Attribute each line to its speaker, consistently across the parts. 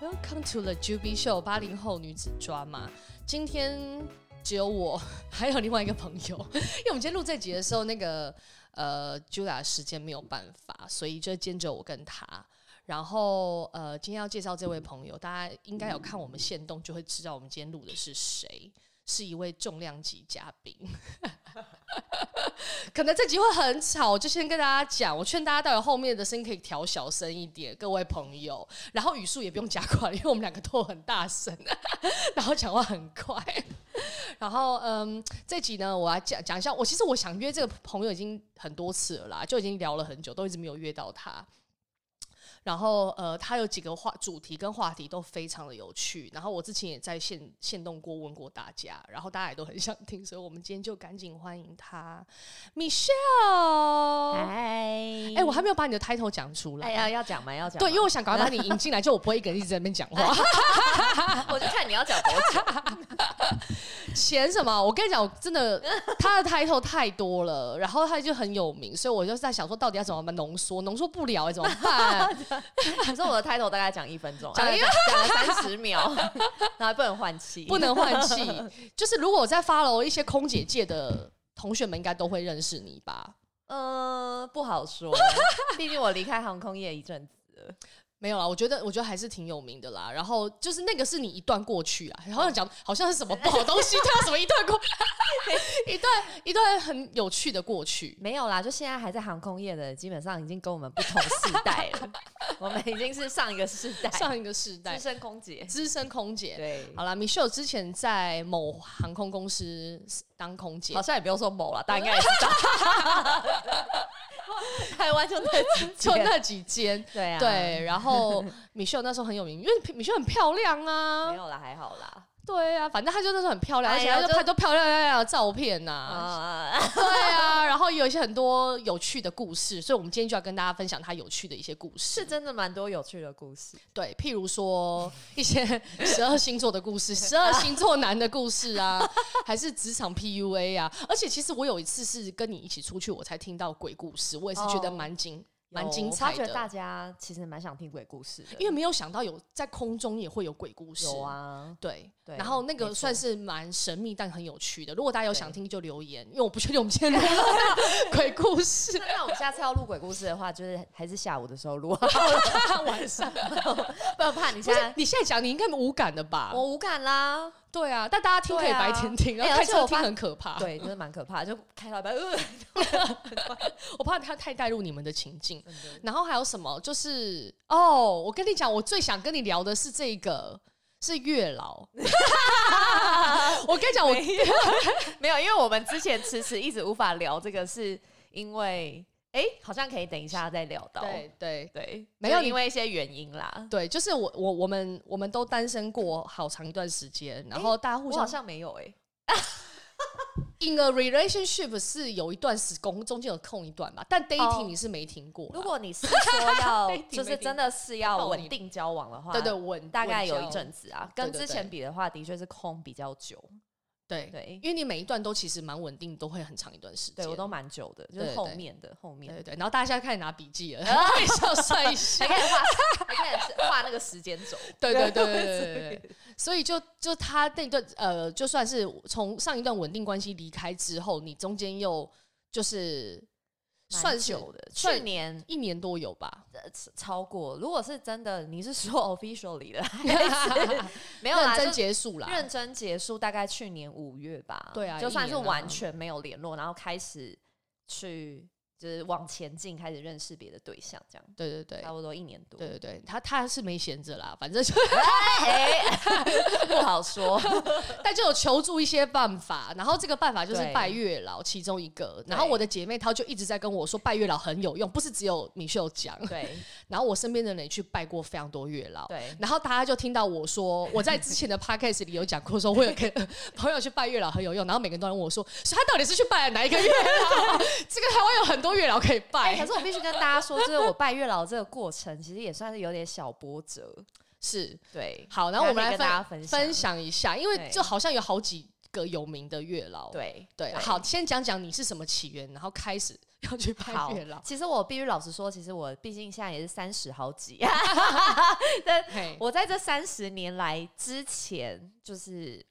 Speaker 1: Welcome to the Juby Show，八零后女子抓嘛。今天只有我， 还有另外一个朋友， 因为我们今天录这集的时候，那个呃 Julia 时间没有办法，所以就兼着我跟她。然后呃，今天要介绍这位朋友，大家应该有看我们线动就会知道我们今天录的是谁，是一位重量级嘉宾。 可能这集会很吵，我就先跟大家讲，我劝大家到底后面的声音可以调小声一点，各位朋友，然后语速也不用加快，因为我们两个都很大声， 然后讲话很快。 然后，嗯，这集呢，我来讲讲一下。我其实我想约这个朋友已经很多次了啦，就已经聊了很久，都一直没有约到他。然后，呃，他有几个话主题跟话题都非常的有趣。然后我之前也在线线动过问过大家，然后大家也都很想听，所以我们今天就赶紧欢迎他，Michelle。
Speaker 2: 嗨，
Speaker 1: 哎、我还没有把你的 title 讲出来。
Speaker 2: 哎呀，要讲吗？要讲吗
Speaker 1: 对，因为我想赶快把你引进来，就我不会一个人一直在那边讲话。
Speaker 2: 我就看你要讲多 久。
Speaker 1: 钱什么？我跟你讲，我真的他的 title 太多了，然后他就很有名，所以我就在想说，到底要怎么浓缩？浓缩不了、哎，怎么 办？
Speaker 2: 可是我的 title 大概讲一分钟，哎
Speaker 1: 讲
Speaker 2: 讲
Speaker 1: 一
Speaker 2: 讲了三十秒，然后还不能换气，
Speaker 1: 不能换气。就是如果我在 follow 一些空姐界的同学们，应该都会认识你吧？
Speaker 2: 呃，不好说，毕竟我离开航空业一阵子。
Speaker 1: 没有啦，我觉得我觉得还是挺有名的啦。然后就是那个是你一段过去啊，好像讲好像是什么不好东西， 对啊，什么一段过， 一段一段很有趣的过去。
Speaker 2: 没有啦，就现在还在航空业的，基本上已经跟我们不同世代了，我们已经是上一个世代，
Speaker 1: 上一个世代
Speaker 2: 资深空姐。
Speaker 1: 资深空姐。
Speaker 2: 对，
Speaker 1: 好啦，米秀之前在某航空公司当空姐
Speaker 2: 好，像也不用说某了，大家应该也知 道。台湾就那几
Speaker 1: 就
Speaker 2: 间
Speaker 1: 那几间。
Speaker 2: 对啊，，
Speaker 1: 对，然 后米秀那时候很有名，因为米秀很漂亮
Speaker 2: 没
Speaker 1: 啊，
Speaker 2: 有啦，还好啦。
Speaker 1: 对啊，反正她就那时候很漂亮，而
Speaker 2: 哎
Speaker 1: 且
Speaker 2: 呀
Speaker 1: 她就
Speaker 2: 就
Speaker 1: 拍都漂亮漂亮的照片呐、
Speaker 2: 啊，
Speaker 1: 对啊， 然后也有一些很多有趣的故事，所以我们今天就要跟大家分享她有趣的一些故
Speaker 2: 是
Speaker 1: 事，
Speaker 2: 真的蛮多有趣的故事。
Speaker 1: 对，譬如说一些十二星座的故事，十二星座男的故事啊，还是职场 PUA 啊，而且其实我有一次是跟你一起出去，我才听到鬼故事，我也是觉得
Speaker 2: 哦
Speaker 1: 蛮精
Speaker 2: 有
Speaker 1: 蛮精彩
Speaker 2: 我发
Speaker 1: 的
Speaker 2: 觉。大家其实蛮想听鬼故事的，
Speaker 1: 因为没有想到有在空中也会有鬼故事
Speaker 2: 有。啊，
Speaker 1: 对，
Speaker 2: 对
Speaker 1: 然后那
Speaker 2: 没
Speaker 1: 个
Speaker 2: 错
Speaker 1: 算是蛮神秘但很有趣的。如果大家有
Speaker 2: 对
Speaker 1: 想听就留言，因为我不确定我们今天聊到 鬼故事
Speaker 2: 那那我们下次要录鬼故事的话，就是还是下午的时候录，啊
Speaker 1: 晚上。
Speaker 2: 不然怕你
Speaker 1: 不
Speaker 2: 现
Speaker 1: 是
Speaker 2: 在。
Speaker 1: 你现在讲，你应该无感的吧？
Speaker 2: 我无感啦，
Speaker 1: 对啊，但大家听可以
Speaker 2: 对啊
Speaker 1: 白天听，然后
Speaker 2: 哎
Speaker 1: 开
Speaker 2: 而且
Speaker 1: 车
Speaker 2: 我
Speaker 1: 听
Speaker 2: 发
Speaker 1: 很可怕。
Speaker 2: 对，就是蛮可怕的，就开到一半，呃，
Speaker 1: 我怕他太带入你们的情境。然后还有什么？就是哦，我跟你讲，我最想跟你聊的是这个，是月老。 我跟你讲，我
Speaker 2: 没有，因为我们之前迟迟一直无法聊这个，是因为哎，好像可以等一下再聊到，
Speaker 1: 对对，
Speaker 2: 对，
Speaker 1: 没有
Speaker 2: 就是
Speaker 1: 你
Speaker 2: 因为一些原因啦，
Speaker 1: 对，就是我我我们我们都单身过好长一段时间，然后大家互
Speaker 2: 我好
Speaker 1: 相、
Speaker 2: 像没有哎，
Speaker 1: in a relationship 是有一段时空中间有空一段吧，但 dating
Speaker 2: 哦
Speaker 1: 你是没停过啦，
Speaker 2: 如果你是说要
Speaker 1: 没，停
Speaker 2: 就是真的是要稳定交往的话，
Speaker 1: 对对稳
Speaker 2: 大概
Speaker 1: 稳
Speaker 2: 有
Speaker 1: 交
Speaker 2: 一阵子啊，
Speaker 1: 对
Speaker 2: 跟
Speaker 1: 对
Speaker 2: 之前比的话，的确是空比较久。
Speaker 1: 对
Speaker 2: 对
Speaker 1: 因为你每一段都其实蛮稳定，都会很长一段时间。
Speaker 2: 对我都蛮久的，就
Speaker 1: 对
Speaker 2: 是
Speaker 1: 对
Speaker 2: 后面的后
Speaker 1: 对
Speaker 2: 面
Speaker 1: 对对，然后大家现在开始拿笔记 了，微笑算一下
Speaker 2: 还。开始画，还开始画那个时间轴。
Speaker 1: 对对对对对对对，所以就就他那段呃，就算是从上一段稳定关系离开之后，你中间又就是算
Speaker 2: 算
Speaker 1: 是
Speaker 2: 久的，
Speaker 1: 算
Speaker 2: 去年
Speaker 1: 一年多有吧，
Speaker 2: 呃超过。如果是真的，你是说 officially 的，还是 没有
Speaker 1: 认
Speaker 2: 啦？
Speaker 1: 真
Speaker 2: 就
Speaker 1: 结束啦。
Speaker 2: 认真结束，大概去年五月吧。
Speaker 1: 对啊
Speaker 2: 就算
Speaker 1: 一
Speaker 2: 是
Speaker 1: 年啊
Speaker 2: 完全没有联络，然后开始去就是往前进，开始认识别的对象，这样
Speaker 1: 对对对
Speaker 2: 差，不多一年多。
Speaker 1: 对对对，他他是没闲着啦，反正就
Speaker 2: 哎， 不好说。
Speaker 1: 但就有求助一些办法，然后这个办法就是
Speaker 2: 对
Speaker 1: 拜月老其中一个。然后我的姐妹她就一直在跟我说拜月老很有用，不是只有米秀讲。
Speaker 2: 对
Speaker 1: 然后我身边的人也去拜过非常多月老。
Speaker 2: 对，
Speaker 1: 然后大家就听到我说，我在之前的 podcast 里有讲过，说我有跟 朋友去拜月老很有用，然后每个人都问我说，所以他到底是去拜了哪一个月老？这个台湾有很多月老可以拜，
Speaker 2: 哎、可是我必须跟大家说，就是我拜月老这个过程，其实也算是有点小波折。
Speaker 1: 是
Speaker 2: 对，
Speaker 1: 好，然后我们来
Speaker 2: 跟大家
Speaker 1: 分
Speaker 2: 分享。
Speaker 1: 分享一下，因为
Speaker 2: 对
Speaker 1: 就好像有好几个有名的月老，
Speaker 2: 对
Speaker 1: 对，好，先讲讲你是什么起源，然后开始要去拍
Speaker 2: 好
Speaker 1: 月老，。
Speaker 2: 其实我必须老实说，其实我毕竟现在也是三十好 几，但
Speaker 1: 嘿，
Speaker 2: 我在这三十年来之前，就是，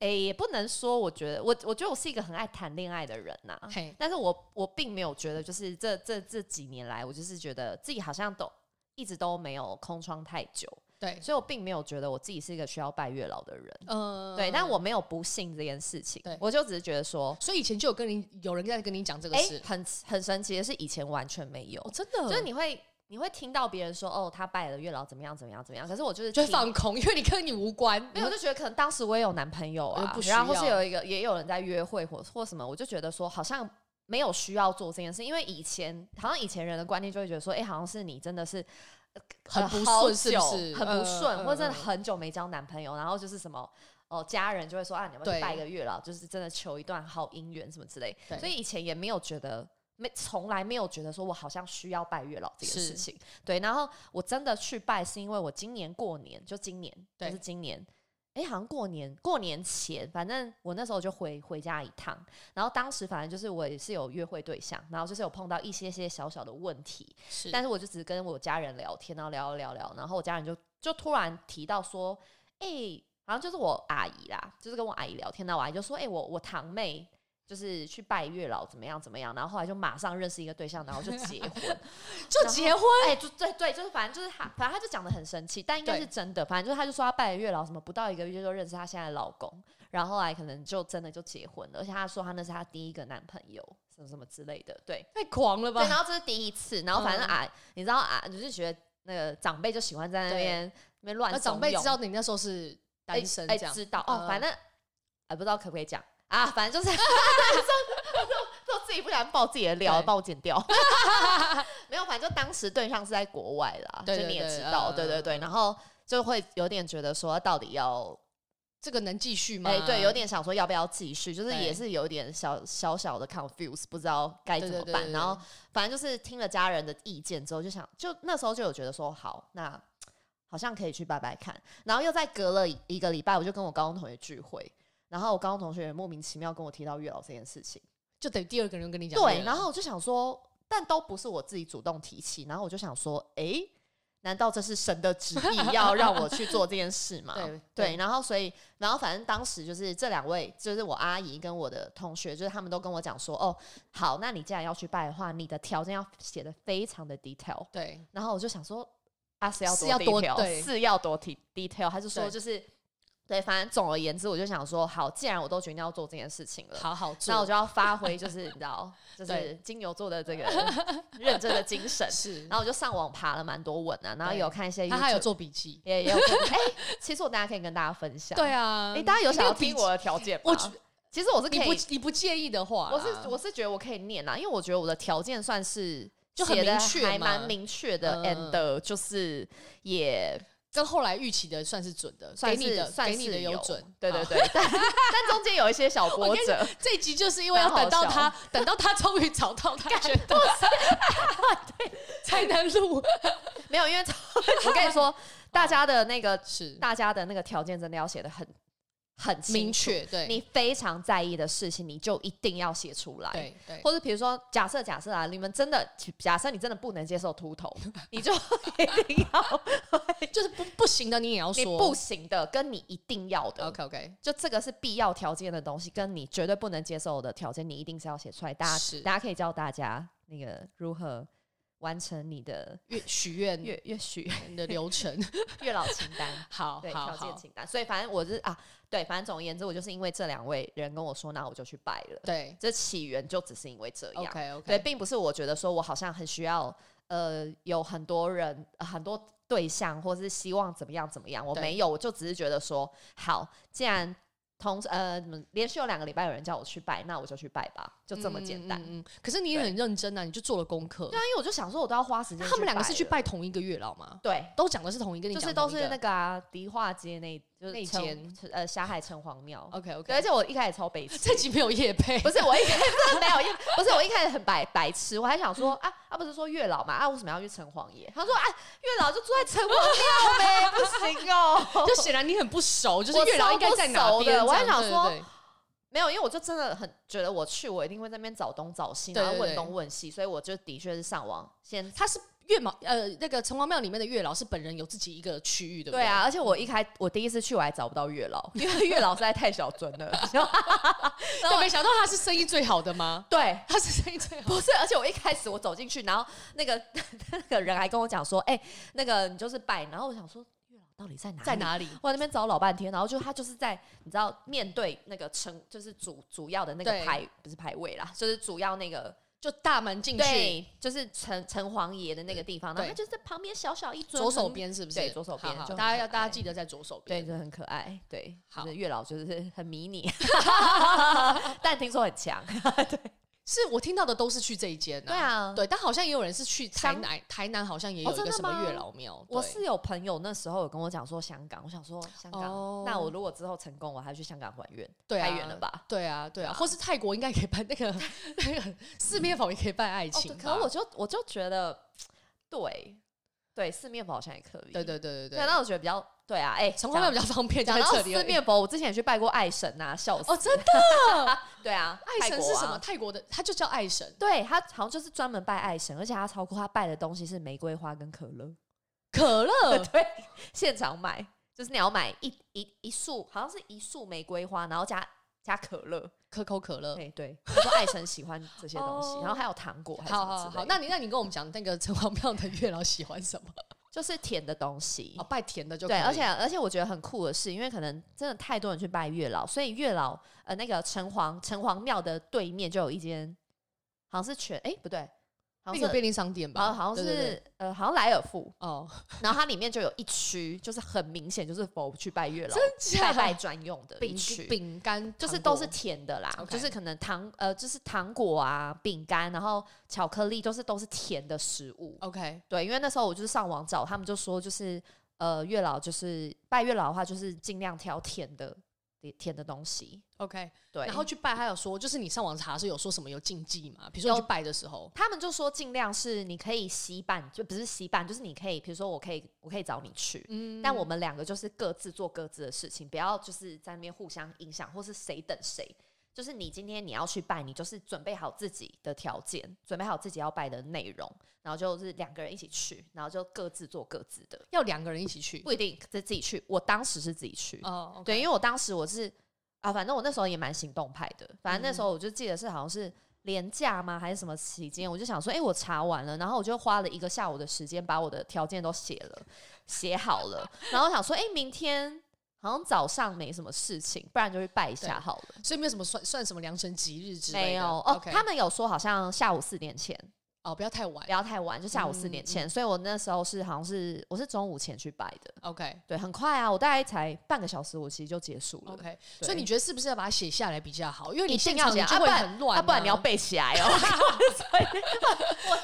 Speaker 2: 诶、也不能说，我觉得我，我觉得我是一个很爱谈恋爱的人呐、
Speaker 1: 嘿，
Speaker 2: 但是我我并没有觉得，就是这这这几年来，我就是觉得自己好像都一直都没有空窗太久，
Speaker 1: 对，
Speaker 2: 所以我并没有觉得我自己是一个需要拜月老的人。
Speaker 1: 呃，
Speaker 2: 对，但我没有不信这件事情
Speaker 1: 对，
Speaker 2: 我就只是觉得说，
Speaker 1: 所以以前就有跟你有人在跟你讲这个
Speaker 2: 诶，
Speaker 1: 事，
Speaker 2: 哎很很神奇的是，以前完全没有
Speaker 1: 哦，，真的，
Speaker 2: 就是你会你会听到别人说哦，他拜了月老怎么样怎么样怎么样，可是我就是
Speaker 1: 就会
Speaker 2: 听
Speaker 1: 放空，因为你跟你无关，
Speaker 2: 没有，我
Speaker 1: 你
Speaker 2: 就觉得可能当时我也有男朋友
Speaker 1: 我
Speaker 2: 啊
Speaker 1: 就不，需要
Speaker 2: 然后或是有一个也有人在约会或或什么，我就觉得说好像没有需要做这件事，因为以前好像以前人的观念就会觉得说，哎、好像是你真的是呃
Speaker 1: 很不
Speaker 2: 好
Speaker 1: 顺是不
Speaker 2: 久
Speaker 1: 是
Speaker 2: 很不顺，
Speaker 1: 嗯
Speaker 2: 或者真的
Speaker 1: 嗯嗯
Speaker 2: 很久没交男朋友，然后就是什么。哦，家人就会说啊，你要不要
Speaker 1: 对
Speaker 2: 去拜个月老？就是真的求一段好姻缘什么之类
Speaker 1: 对。
Speaker 2: 所以以前也没有觉得，没从来没有觉得说我好像需要拜月老这件
Speaker 1: 是
Speaker 2: 事情。对，然后我真的去拜，是因为我今年过年，就今年，就
Speaker 1: 对
Speaker 2: 是今年，哎、好像过年过年前，反正我那时候就回回家一趟，然后当时反正就是我也是有约会对象，然后就是有碰到一些些小小的问题，
Speaker 1: 是
Speaker 2: 但是我就只跟我家人聊天，然后聊聊聊，然后我家人就就突然提到说，哎、好像就是我阿姨啦，就是跟我阿姨聊天，那我阿姨就说，哎、我我堂妹。就是去拜月老怎么样怎么样，然后后来就马上认识一个对象，然后就结婚，
Speaker 1: 就结婚，
Speaker 2: 哎、就对对，就是反正就是他，反正他就讲的很生气，但应该是
Speaker 1: 对
Speaker 2: 真的。反正就是他就说他拜了月老，什么不到一个月就认识他现在的老公，然后后来可能就真的就结婚了，而且他说他那是他第一个男朋友，什么什么之类的。对
Speaker 1: 太狂了吧
Speaker 2: 对，？然后这是第一次，然后反正
Speaker 1: 嗯
Speaker 2: 啊，你知道啊，就是觉得那个长辈就喜欢在那
Speaker 1: 对
Speaker 2: 边那边乱
Speaker 1: 那长
Speaker 2: 怂
Speaker 1: 辈
Speaker 2: 恿
Speaker 1: 知道你那时候是
Speaker 2: 哎
Speaker 1: 单身
Speaker 2: 哎
Speaker 1: 这样，
Speaker 2: 知道哦，
Speaker 1: 嗯
Speaker 2: 反正哎不知道可不可以讲啊，反正就是 说说自己不想爆自己的料，
Speaker 1: 对
Speaker 2: 帮我剪 掉。没有，反正就当时对象是在国外啦，
Speaker 1: 对
Speaker 2: 就
Speaker 1: 对
Speaker 2: 你也
Speaker 1: 对
Speaker 2: 知道，
Speaker 1: 嗯
Speaker 2: 对对对，然后就会有点觉得说到底要
Speaker 1: 这个能继续吗？
Speaker 2: 哎、对，有点想说要不要继续，就是
Speaker 1: 对
Speaker 2: 也是有点小小小的 confuse，不知道该怎
Speaker 1: 对
Speaker 2: 么
Speaker 1: 对
Speaker 2: 办。
Speaker 1: 对对
Speaker 2: 然后反正就是听了家人的意见之后，就想就那时候就有觉得说好，那好像可以去拜拜看。然后又再隔了一一个礼拜，我就跟我高中同学聚会。然后我高中同学也莫名其妙跟我提到月老这件事情，
Speaker 1: 就等于第二个人跟你讲
Speaker 2: 对，
Speaker 1: 了
Speaker 2: 然后我就想说，但都不是我自己主动提起，然后我就想说，诶，难道这是神的旨意 要让我去做这件事吗？
Speaker 1: 对
Speaker 2: 对，，然后所以，然后反正当时就是这两位，就是我阿姨跟我的同学，就是他们都跟我讲说，哦，好，那你既然要去拜的话，你的条件要写的非常的 detail。
Speaker 1: 对
Speaker 2: 然后我就想说，啊，是要
Speaker 1: 是要多
Speaker 2: detail，
Speaker 1: 对
Speaker 2: 是要多 t detail，他就说
Speaker 1: 对
Speaker 2: 就是，对，反正总而言之，我就想说，好，既然我都决定要做这件事情了。
Speaker 1: 好好做，
Speaker 2: 那我就要发挥，就是你 知道，就是
Speaker 1: 对
Speaker 2: 金牛座 的这个认真的精神。
Speaker 1: 是
Speaker 2: 然，后我就上网爬了蛮多文啊，然后也有看一些 YouTube，
Speaker 1: 他还有做笔记，
Speaker 2: 也也有看。哎、其实我大家可以跟大家分享。
Speaker 1: 对啊，
Speaker 2: 哎、大家有想要
Speaker 1: 你那个笔
Speaker 2: 听我的条件吗？
Speaker 1: 我觉
Speaker 2: 其实我是可
Speaker 1: 你不
Speaker 2: 以，
Speaker 1: 你不介意的话啦，
Speaker 2: 我是我是觉得我可以念啦，啊因为我觉得我的条件算是
Speaker 1: 就很
Speaker 2: 写得
Speaker 1: 明确
Speaker 2: 还
Speaker 1: 嘛
Speaker 2: 蛮明确的、
Speaker 1: 嗯
Speaker 2: and 呃就是也
Speaker 1: 跟后来预期的算是准的，
Speaker 2: 算
Speaker 1: 给你
Speaker 2: 是
Speaker 1: 的
Speaker 2: 算
Speaker 1: 给
Speaker 2: 是
Speaker 1: 你的有准，
Speaker 2: 对对
Speaker 1: 好。
Speaker 2: 对，但但中间有一些小 波
Speaker 1: 我跟你
Speaker 2: 折，
Speaker 1: 这一集就是因为要等到他， 等到他终于找到他 觉得对才能录，
Speaker 2: 没有，因 为我跟你
Speaker 1: 嗯
Speaker 2: 说，大家的那个
Speaker 1: 是
Speaker 2: 大家的那个条件真的要写的很很清
Speaker 1: 明
Speaker 2: 楚，
Speaker 1: 确，对，
Speaker 2: 你非常在意的事情，你就一定要写出来。
Speaker 1: 对对，
Speaker 2: 或者比如说，假设假设啊，你们真的假设你真的不能接受秃 头，你就一定要
Speaker 1: 就是不不行的你也要
Speaker 2: 你
Speaker 1: 说
Speaker 2: 不行的，跟你一定要的，
Speaker 1: OK OK，
Speaker 2: 就这个是必要条件的东西，跟你绝对不能接受的条件，你一定是要写出来。大家
Speaker 1: 是
Speaker 2: 大家可以教大家那个如何完成你的
Speaker 1: 愿许愿
Speaker 2: 月月 许
Speaker 1: 的 流程，
Speaker 2: 月老清单。
Speaker 1: 好
Speaker 2: 对
Speaker 1: 哦好
Speaker 2: 条件
Speaker 1: 好，
Speaker 2: 清单，所以反正我是啊，对，反正总而言之，我就是因为这两位人跟我说，那我就去拜了。
Speaker 1: 对
Speaker 2: 这起源就只是因为这样。
Speaker 1: OK
Speaker 2: 对，
Speaker 1: OK，
Speaker 2: 并不是我觉得说我好像很需要呃有很多人、呃很多对象，或是希望怎么样怎么样，我
Speaker 1: 对
Speaker 2: 没有，我就只是觉得说好，既然同呃怎么连续有两个礼拜有人叫我去拜，那我就去拜吧，就这么简单。
Speaker 1: 嗯嗯嗯可是你也很认真啊，你就做了功课
Speaker 2: 对。啊，因为我就想说，我都要花时间。
Speaker 1: 他们两个是去，拜同一个月老吗？
Speaker 2: 对，
Speaker 1: 都讲的是同一个，你
Speaker 2: 就
Speaker 1: 讲
Speaker 2: 是
Speaker 1: 的
Speaker 2: 都
Speaker 1: 同一个
Speaker 2: 是那个啊，迪化街那，就是
Speaker 1: 那
Speaker 2: 城
Speaker 1: 间
Speaker 2: 呃霞海城隍庙。
Speaker 1: OK
Speaker 2: 对，而
Speaker 1: OK，
Speaker 2: 且我一开始超北
Speaker 1: 这集没有夜配，
Speaker 2: 不是我一开始没有，一不是我一开始很白白痴，我还想说啊啊，不是说月老嘛啊，为什么要去城隍爷？他说啊，月老就住在城隍庙呗，不行哦。
Speaker 1: 就显然你很不熟，就
Speaker 2: 我
Speaker 1: 是月老应该在哪
Speaker 2: 超不熟的
Speaker 1: 边？
Speaker 2: 我还
Speaker 1: 这样
Speaker 2: 想说
Speaker 1: 对对对
Speaker 2: 没有，因为我就真的很觉得我去，我一定会在那边找东找西，
Speaker 1: 对
Speaker 2: 然后
Speaker 1: 对
Speaker 2: 问
Speaker 1: 对
Speaker 2: 东问西，所以我就的确是上网先。
Speaker 1: 他是月老，呃，那个城隍庙里面的月老是本人有自己一个区域，对不
Speaker 2: 对啊，而且我一开我第一次去我还找不到月老，因为月老实在太小尊了。然后
Speaker 1: 但
Speaker 2: 我
Speaker 1: 没想到他是生意最好的吗？
Speaker 2: 对，
Speaker 1: 他是生意最好，
Speaker 2: 不是，而且我一开始我走进去，然后那个 那个人还跟我讲说，哎、那个你就是拜，然后我想说月老到底在哪里？
Speaker 1: 在？哪里？
Speaker 2: 我在那边找老半天，然后就他就是在你知道面对那个城，就是主主要的那个
Speaker 1: 对
Speaker 2: 牌不是牌位啦，就是主要那个
Speaker 1: 就大门进去，
Speaker 2: 对，就是城城隍爷的那个地方，然后
Speaker 1: 对
Speaker 2: 他就是旁边小小一尊，
Speaker 1: 左手，边是不是？
Speaker 2: 对左手边
Speaker 1: 好好
Speaker 2: 就很
Speaker 1: 大家要
Speaker 2: 可爱
Speaker 1: 大家记得在左手
Speaker 2: 对，
Speaker 1: 边。
Speaker 2: 就很可爱，对，
Speaker 1: 好
Speaker 2: 就是月老就是很 迷你， 但听说很强，
Speaker 1: 是我听到的都是去这一间
Speaker 2: 对啊，
Speaker 1: 对，但好像也有人是去台
Speaker 2: 香
Speaker 1: 南，台南好像也
Speaker 2: 哦
Speaker 1: 有一
Speaker 2: 真
Speaker 1: 个
Speaker 2: 的
Speaker 1: 什么
Speaker 2: 吗
Speaker 1: 月老庙。
Speaker 2: 我
Speaker 1: 对
Speaker 2: 是有朋友那时候有跟我讲说香港，我想说香港，
Speaker 1: 哦
Speaker 2: 那我如果之后成功，我还要去香港还愿，
Speaker 1: 对啊
Speaker 2: 太远了吧？
Speaker 1: 对啊，对
Speaker 2: 对
Speaker 1: 啊，
Speaker 2: 啊
Speaker 1: 或是泰国应该可以办那个那 个四面佛也可以办爱
Speaker 2: 哦，
Speaker 1: 情
Speaker 2: 对
Speaker 1: 吧。
Speaker 2: 可我就我就觉得，对对，四面佛好像也可以，
Speaker 1: 对对对对
Speaker 2: 对，
Speaker 1: 对，
Speaker 2: 那我觉得比较对啊，哎、
Speaker 1: 城隍庙比
Speaker 2: 较。
Speaker 1: 较方便，就
Speaker 2: 讲
Speaker 1: 在
Speaker 2: 到
Speaker 1: 这里而
Speaker 2: 四
Speaker 1: 已。
Speaker 2: 面佛，我之前也去拜过爱神呐、笑死！
Speaker 1: 哦，真的，
Speaker 2: 对啊，
Speaker 1: 爱
Speaker 2: 泰
Speaker 1: 神
Speaker 2: 国
Speaker 1: 是
Speaker 2: 啊
Speaker 1: 什么？泰国的，它就叫爱神，
Speaker 2: 对他好像就是专门拜爱神，而且他超酷，他拜的东西是玫瑰花跟可乐，
Speaker 1: 可乐
Speaker 2: 对，现场买，就是你要买一一一束，好像是一束玫瑰花，然后加加可乐，
Speaker 1: 可口可乐。
Speaker 2: 对对， 他说爱神喜欢这些东西，
Speaker 1: 哦
Speaker 2: 然后还有糖果，还是什
Speaker 1: 好
Speaker 2: 么
Speaker 1: 好
Speaker 2: 之
Speaker 1: 好，
Speaker 2: 类的
Speaker 1: 那你那你跟我们讲那个城隍庙的月老喜欢 什么？
Speaker 2: 就是甜的东西
Speaker 1: 哦，。拜甜的就可
Speaker 2: 对，
Speaker 1: 以
Speaker 2: 而且而且我觉得很酷的是，因为可能真的太多人去拜月老，所以月老呃那个城隍城隍庙的对面就有一间，好像是全哎、不对，
Speaker 1: 那
Speaker 2: 好像
Speaker 1: 个
Speaker 2: 是
Speaker 1: 便利商店吧，
Speaker 2: 好好像是
Speaker 1: 对对对
Speaker 2: 呃好像莱尔富，
Speaker 1: 哦，
Speaker 2: 然后它里面就有一区，就是很明显就是佛去拜月老、
Speaker 1: 假
Speaker 2: 拜
Speaker 1: 的
Speaker 2: 拜专用的一
Speaker 1: 饼
Speaker 2: 区，
Speaker 1: 饼干
Speaker 2: 就是
Speaker 1: 糖
Speaker 2: 都
Speaker 1: 果
Speaker 2: 是甜的啦
Speaker 1: OK
Speaker 2: 就是可能糖呃就是糖果啊、饼干，然后巧克力，就是都是甜的食物。
Speaker 1: OK
Speaker 2: 对，因为那时候我就是上网找，他们就说就是呃月老就是拜月老的话，就是尽量挑甜的甜的东西。
Speaker 1: OK，
Speaker 2: 对，
Speaker 1: 然后去拜，他有说，就是你上网查是有说什么有禁忌嘛？比如说你去拜的时候，
Speaker 2: 他们就说尽量是你可以稀办，就不是稀办，就是你可以，比如说我可以我可以找你去，
Speaker 1: 嗯，
Speaker 2: 但我们两个就是各自做各自的事情，不要就是在那边互相影响，或是谁等谁。就是你今天你要去拜，你就是准备好自己的条件，准备好自己要拜的内容，然后就是两个人一起去，然后就各自做各自的，
Speaker 1: 要两个人一起去
Speaker 2: 不一定是自己去。我当时是自己去，
Speaker 1: 哦，OK，
Speaker 2: 对，因为我当时我是啊，反正我那时候也蛮行动派的，反正那
Speaker 1: 嗯
Speaker 2: 时候我就记得是好像是廉价吗还是什么期间，我就想说，哎、我查完了，然后我就花了一个下午的时间把我的条件都写了，写好 了，然后我想说，哎、明天。好像早上没什么事情，不然就去拜一下
Speaker 1: 对
Speaker 2: 好了。
Speaker 1: 所以没有什么算算什么良辰吉日之类的。
Speaker 2: 没有哦
Speaker 1: OK
Speaker 2: 他们有说好像下午四点前
Speaker 1: 哦，不要太晚
Speaker 2: 不。要太晚，就下午四
Speaker 1: 嗯
Speaker 2: 点
Speaker 1: 嗯
Speaker 2: 前、所以我那时候是好像是我是中午前去拜的，
Speaker 1: OK
Speaker 2: 对，很快啊，我大概才半个小时，我其实就结束了。
Speaker 1: OK，
Speaker 2: 对
Speaker 1: 所以你觉得是不是要把它写下来比较好？因为你
Speaker 2: 一
Speaker 1: 现
Speaker 2: 定要
Speaker 1: 场你
Speaker 2: 写
Speaker 1: 就
Speaker 2: 啊不
Speaker 1: 会
Speaker 2: 然
Speaker 1: 很乱、
Speaker 2: 啊，不然你要。背起来哦。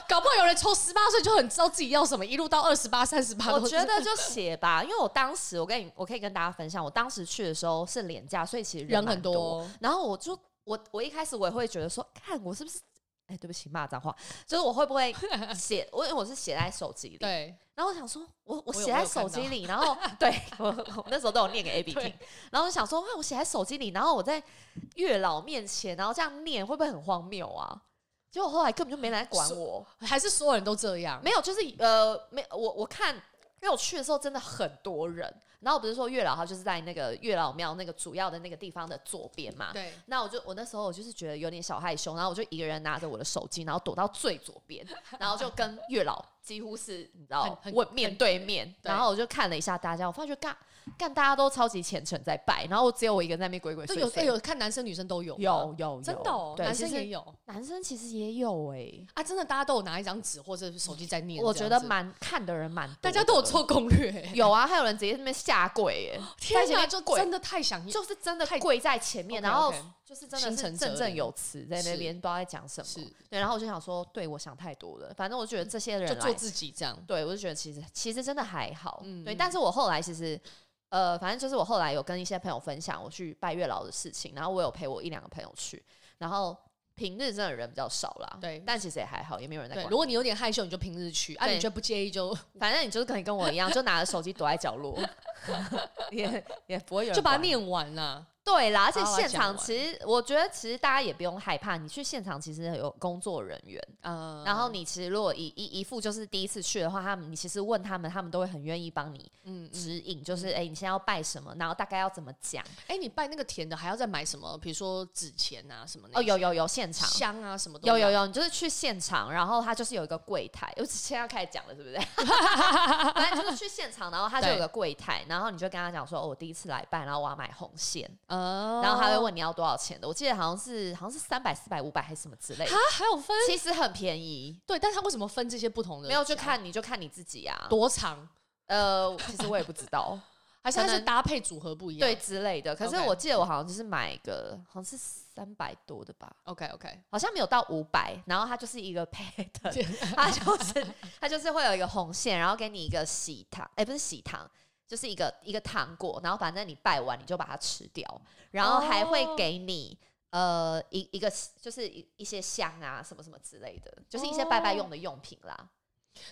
Speaker 1: 搞不好有人从十八岁就很知道自己要什么，一路到二十八、三十八，
Speaker 2: 我觉得就写吧，因为我当时我跟你，我可以跟大家分享，我当时去的时候是廉价，所以其实
Speaker 1: 人
Speaker 2: 蛮
Speaker 1: 很
Speaker 2: 多。
Speaker 1: 多。
Speaker 2: 然后我就我我一开始我也会觉得说，看我是不是？哎，对不起，骂脏话，就是我会不会写？我因为我是写在手机里，
Speaker 1: 对，
Speaker 2: 然后我想说，我我
Speaker 1: 我有
Speaker 2: 写在手机里，然 后对我我那时候都有念给 A B 听
Speaker 1: 对，
Speaker 2: 然后我想说，哇，我写在手机里，然后我在月老面前，然后这样念，会不会很荒谬啊？结果后来根本就没人来管
Speaker 1: 说
Speaker 2: 我，
Speaker 1: 还是所有人都这样。
Speaker 2: 没有，就是呃，没我我看，因为我去的时候真的很多人，然后我不是说月老他就是在那个月老庙那个主要的那个地方的左边嘛。
Speaker 1: 对，
Speaker 2: 那我就我那时候我就是觉得有点小害羞，然后我就一个人拿着我的手机，然后躲到最左边，然后就跟月老几乎是你知
Speaker 1: 很
Speaker 2: 道
Speaker 1: 很
Speaker 2: 我面对面，
Speaker 1: 对
Speaker 2: 然后我就看了一下大家，我发觉干干大家都超级虔诚在拜，然后只有我一个人在那边鬼鬼
Speaker 1: 就
Speaker 2: 祟
Speaker 1: 有哎
Speaker 2: 祟。
Speaker 1: 有看男生女生都有吗，
Speaker 2: 哎有有
Speaker 1: 真的哦，
Speaker 2: 对
Speaker 1: 男
Speaker 2: 其
Speaker 1: 生
Speaker 2: 实
Speaker 1: 也有
Speaker 2: 男生其实也有哎、
Speaker 1: 啊，真的大家都有拿一张纸或者是手机在念这样子。
Speaker 2: 我觉得蛮看的人蛮多的，
Speaker 1: 大家都有做攻略欸，
Speaker 2: 有啊，还有人直接在那边下跪耶，在
Speaker 1: 天
Speaker 2: 前
Speaker 1: 哪，
Speaker 2: 面
Speaker 1: 就
Speaker 2: 跪
Speaker 1: 真的太想念，
Speaker 2: 哦就是真的
Speaker 1: 太
Speaker 2: 跪在前面，
Speaker 1: OK，
Speaker 2: 然后
Speaker 1: OK
Speaker 2: 就是真的
Speaker 1: 心诚
Speaker 2: 是
Speaker 1: 则
Speaker 2: 振振
Speaker 1: 灵
Speaker 2: 有词在那边不知道在讲什么
Speaker 1: 是。
Speaker 2: 对，然后我就想说，对我想太多了，反正我觉得这些
Speaker 1: 就
Speaker 2: 人
Speaker 1: 做
Speaker 2: 来，
Speaker 1: 自己这样。
Speaker 2: 对我就觉得其实其实真的还好，
Speaker 1: 嗯
Speaker 2: 对。
Speaker 1: 嗯
Speaker 2: 但是我后来其实。呃，反正就是我后来有跟一些朋友分享我去拜月老的事情，然后我有陪我一两个朋友去，然后平日真的人比较少啦，
Speaker 1: 对
Speaker 2: 但其实也还好，也没有人在
Speaker 1: 对，
Speaker 2: 管
Speaker 1: 如。果你有点害羞，你就平日去啊，
Speaker 2: 对
Speaker 1: 你觉得不介意就
Speaker 2: 反正你就是可以 跟我一样，就拿着手机躲在角落，也也不会有人
Speaker 1: 就把它
Speaker 2: 管
Speaker 1: 念完啦。
Speaker 2: 对啦，而且
Speaker 1: 好我要
Speaker 2: 现
Speaker 1: 讲
Speaker 2: 场
Speaker 1: 完
Speaker 2: 其实我觉得，其实大家也不用害怕，你去现场其实有工作人员，
Speaker 1: 嗯
Speaker 2: 然后你其实如果一一一副就是第一次去的话，他们你其实问他们，他们都会很愿意帮你
Speaker 1: 嗯，嗯
Speaker 2: 指引，就是哎、你现在要拜什么，然后大概要怎么讲。
Speaker 1: 哎、你拜那个甜的还要再买什么？比如说纸钱啊什么那
Speaker 2: 哦，
Speaker 1: 些
Speaker 2: 有有有现场。
Speaker 1: 香啊什么都
Speaker 2: 有有
Speaker 1: 有，
Speaker 2: 有，你就是去现场，然后他就是有一个柜台，我现在要开始讲了，是不是？反正就是去现场，然后他就有个柜台，然后你就跟他讲说，哦，我第一次来拜，然后我要买红线，
Speaker 1: 哦
Speaker 2: 然后他会问你要多少钱的，我记得好像是好像是三百、四百、五百还是什么之类的
Speaker 1: 啊，，还有分
Speaker 2: 其实很便宜。
Speaker 1: 对，但他为什么分这些不同的？
Speaker 2: 没有就看你就看你自己啊，
Speaker 1: 多长，
Speaker 2: 呃，其实我也不知 道，
Speaker 1: 还是它
Speaker 2: 可
Speaker 1: 是
Speaker 2: 能
Speaker 1: 搭配组合不一样？
Speaker 2: 对之类的。可是
Speaker 1: OK
Speaker 2: 我记得我好像就是买个好像是三百多的吧，
Speaker 1: ，OK OK，
Speaker 2: 好像没有到五百，然后它就是一个 pattern，它就是它就是会有一个红线，然后给你一个喜糖，哎、不是喜糖，就是一个一个糖果，然后反正你拜完你就把它吃掉，然后还会
Speaker 1: 哦
Speaker 2: 给你。呃，一一个就是一一些香啊，什么什么之类的，就是一些拜拜用的用品啦。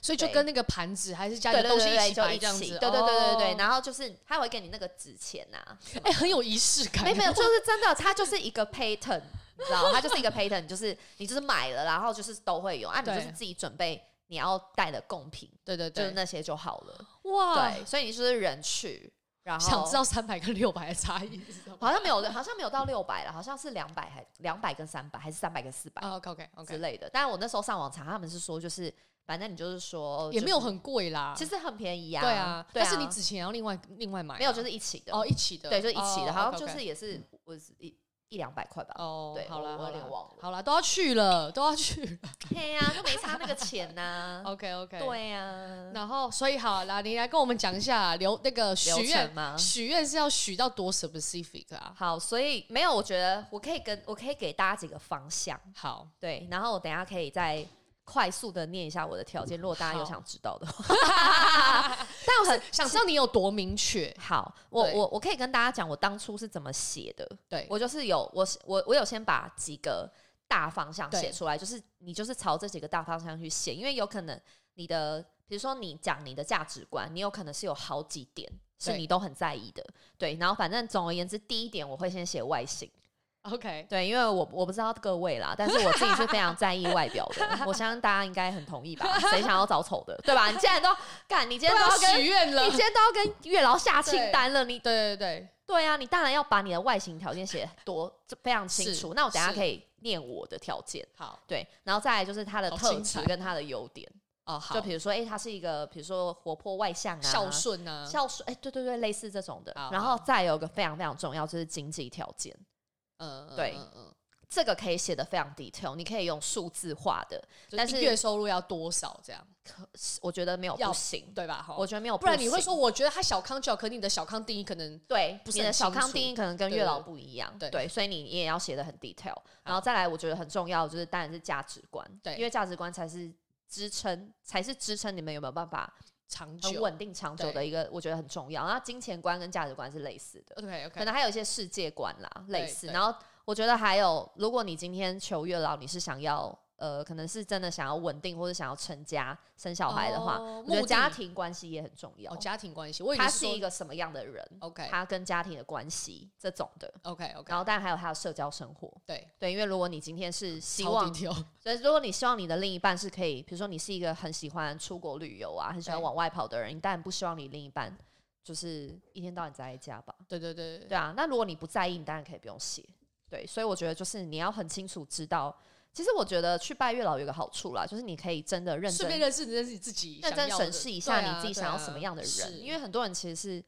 Speaker 1: 所以就
Speaker 2: 对
Speaker 1: 跟那个盘子还是加
Speaker 2: 对
Speaker 1: 的
Speaker 2: 对
Speaker 1: 东西
Speaker 2: 对对，
Speaker 1: 一起
Speaker 2: 就
Speaker 1: 摆
Speaker 2: 一
Speaker 1: 这样子
Speaker 2: 起。，对对对对对。
Speaker 1: 哦
Speaker 2: 然后就是他会给你那个纸钱呐、啊，
Speaker 1: 哎、很有仪式感。
Speaker 2: 没没有，就是真的，它就是一个 pattern，你知道，它就是一个 pattern，就是你就是买了，然后就是都会有，啊，你
Speaker 1: 对
Speaker 2: 就是自己准备你要带的贡品，
Speaker 1: 对对
Speaker 2: 就是
Speaker 1: 对，
Speaker 2: 那些就好了。
Speaker 1: 哇，
Speaker 2: 对，所以你就是人去，然后
Speaker 1: 想知道三百跟六百的差异是什么？
Speaker 2: 好像没有，好像没有到六百了，好像是两百还两百跟三百，还是三百跟四百
Speaker 1: 啊，OK OK
Speaker 2: 之
Speaker 1: OK，
Speaker 2: 类的。但我那时候上网查，他们是说就是反正你就是说
Speaker 1: 也没有
Speaker 2: 就是
Speaker 1: 很贵啦。
Speaker 2: 其实很便宜啊，
Speaker 1: 对啊，
Speaker 2: 对
Speaker 1: 但是你纸钱要另外另外买啊，
Speaker 2: 没有就是一起的，嗯
Speaker 1: 哦一起的，
Speaker 2: 对，就是一起的，
Speaker 1: 哦
Speaker 2: 好像
Speaker 1: OK，OK
Speaker 2: 就是也是我是一一两百块吧，
Speaker 1: 哦，
Speaker 2: 对
Speaker 1: 好
Speaker 2: 我
Speaker 1: 了，
Speaker 2: 我
Speaker 1: 好
Speaker 2: 有点
Speaker 1: 啦
Speaker 2: 忘了
Speaker 1: 好了，都要去了，都要去 了。
Speaker 2: 嘿呀、就没差那个钱 呐、
Speaker 1: OK OK，。
Speaker 2: 对啊呀、
Speaker 1: 然后，所以好啦，你来跟我们讲一下留那个许
Speaker 2: 流
Speaker 1: 愿
Speaker 2: 程吗
Speaker 1: 许愿是要许到多 specific 啊？
Speaker 2: 好，所以没有，我觉得我可以跟我可以给大家几个方向，
Speaker 1: 好，
Speaker 2: 对，然后我等一下可以再快速的念一下我的条件，如果大家有
Speaker 1: 好
Speaker 2: 想知道的话， 但我很
Speaker 1: 想知道你有多明确？
Speaker 2: 好，我
Speaker 1: 对
Speaker 2: 我我可以跟大家讲我当初是怎么写的，
Speaker 1: 对，
Speaker 2: 我就是有我是我我有先把几个大方向
Speaker 1: 对
Speaker 2: 写出来，就是你就是朝这几个大方向去写，因为有可能你的比如说你讲你的价值观，你有可能是有好几点是
Speaker 1: 对
Speaker 2: 你都很在意的，对。然后反正总而言之，第一点我会先写外形，
Speaker 1: OK，
Speaker 2: 对，因为我我不知道各位啦，但是我自己是非常在意外表 的，我相信大家应该很同意吧？谁想要找丑的，对吧？你既然都干，你今天
Speaker 1: 都
Speaker 2: 都
Speaker 1: 要
Speaker 2: 要跟
Speaker 1: 许愿了
Speaker 2: 你。今天都要跟月老下清单了，你
Speaker 1: 对对对，
Speaker 2: 对啊，你当然要把你的外形条件写多这非常清楚。
Speaker 1: 是
Speaker 2: 那我等下
Speaker 1: 是
Speaker 2: 可以念我的条件，
Speaker 1: 好
Speaker 2: 对，然后再来就是他的
Speaker 1: 好
Speaker 2: 特
Speaker 1: 精
Speaker 2: 质
Speaker 1: 彩
Speaker 2: 跟他的优点，
Speaker 1: 哦，好，
Speaker 2: 就比如说，哎、他是一个比如说活泼外向啊，
Speaker 1: 孝顺啊，
Speaker 2: 孝顺，哎、对对对，类似这种的
Speaker 1: 好。
Speaker 2: 然后再有一个非常非常重要，就是经济条件，
Speaker 1: 嗯，
Speaker 2: 对
Speaker 1: 嗯嗯，
Speaker 2: 这个可以写的非常 detail，你可以用数字化的，但
Speaker 1: 但
Speaker 2: 是
Speaker 1: 是月收入要多少这样，
Speaker 2: 我觉得没有
Speaker 1: 要
Speaker 2: 不行，
Speaker 1: 对吧？哈
Speaker 2: 我，觉得没有
Speaker 1: 不然你会
Speaker 2: 行
Speaker 1: 说，我觉得他小康就好，可你的小康定义可能
Speaker 2: 对，
Speaker 1: 不是
Speaker 2: 你的
Speaker 1: 很
Speaker 2: 小
Speaker 1: 清
Speaker 2: 康
Speaker 1: 楚
Speaker 2: 定义可能跟
Speaker 1: 对
Speaker 2: 月
Speaker 1: 对
Speaker 2: 老
Speaker 1: 对
Speaker 2: 不一样，
Speaker 1: 对
Speaker 2: 所以你也要写的很 detail。然后再来，我觉得很重要的就是当然是价值观，
Speaker 1: 对
Speaker 2: 因为价值观才是支撑，才是支撑你们有没有办法
Speaker 1: 长
Speaker 2: 很
Speaker 1: 久。
Speaker 2: 稳定长久的一个，我觉得很重要。然后金钱观跟价值观是类似的，
Speaker 1: OK
Speaker 2: 可
Speaker 1: OK，
Speaker 2: 能还有一些世界观啦类
Speaker 1: 对
Speaker 2: 似。
Speaker 1: 对
Speaker 2: 然后我觉得还有，如果你今天求月老，你是想要呃，可能是真的想要稳定或者想要成家生小孩的话，
Speaker 1: 哦
Speaker 2: 我觉得
Speaker 1: 目
Speaker 2: 家
Speaker 1: 的
Speaker 2: 庭关系也很重要
Speaker 1: 哦，。家庭关系，我以为
Speaker 2: 他
Speaker 1: 是
Speaker 2: 是
Speaker 1: 说
Speaker 2: 一个什么样的人？
Speaker 1: OK
Speaker 2: 他跟家庭的关系这种的，
Speaker 1: OK OK，
Speaker 2: 然后当然还有他的社交生活。
Speaker 1: 对，
Speaker 2: 对，因为如果你今天是希
Speaker 1: 超
Speaker 2: 望，
Speaker 1: 低调，
Speaker 2: 所以如果你希望你的另一半是可以，比如说你是一个很喜欢出国旅游啊，很喜欢
Speaker 1: 对
Speaker 2: 往外跑的人，你当然不希望你另一半就是一天到晚宅在家吧？
Speaker 1: 对对对对
Speaker 2: 对啊，那如果你不在意，你当然可以不用写。对，所以我觉得就是你要很清楚知道，其实我觉得去拜月老有个好处啦，就是你可以真的认
Speaker 1: 对，顺
Speaker 2: 真
Speaker 1: 便认识认识你自己想
Speaker 2: 认
Speaker 1: 要的，
Speaker 2: 真审视一
Speaker 1: 对
Speaker 2: 下
Speaker 1: 啊
Speaker 2: 你自己想要什么样的人，因为很多人其实是，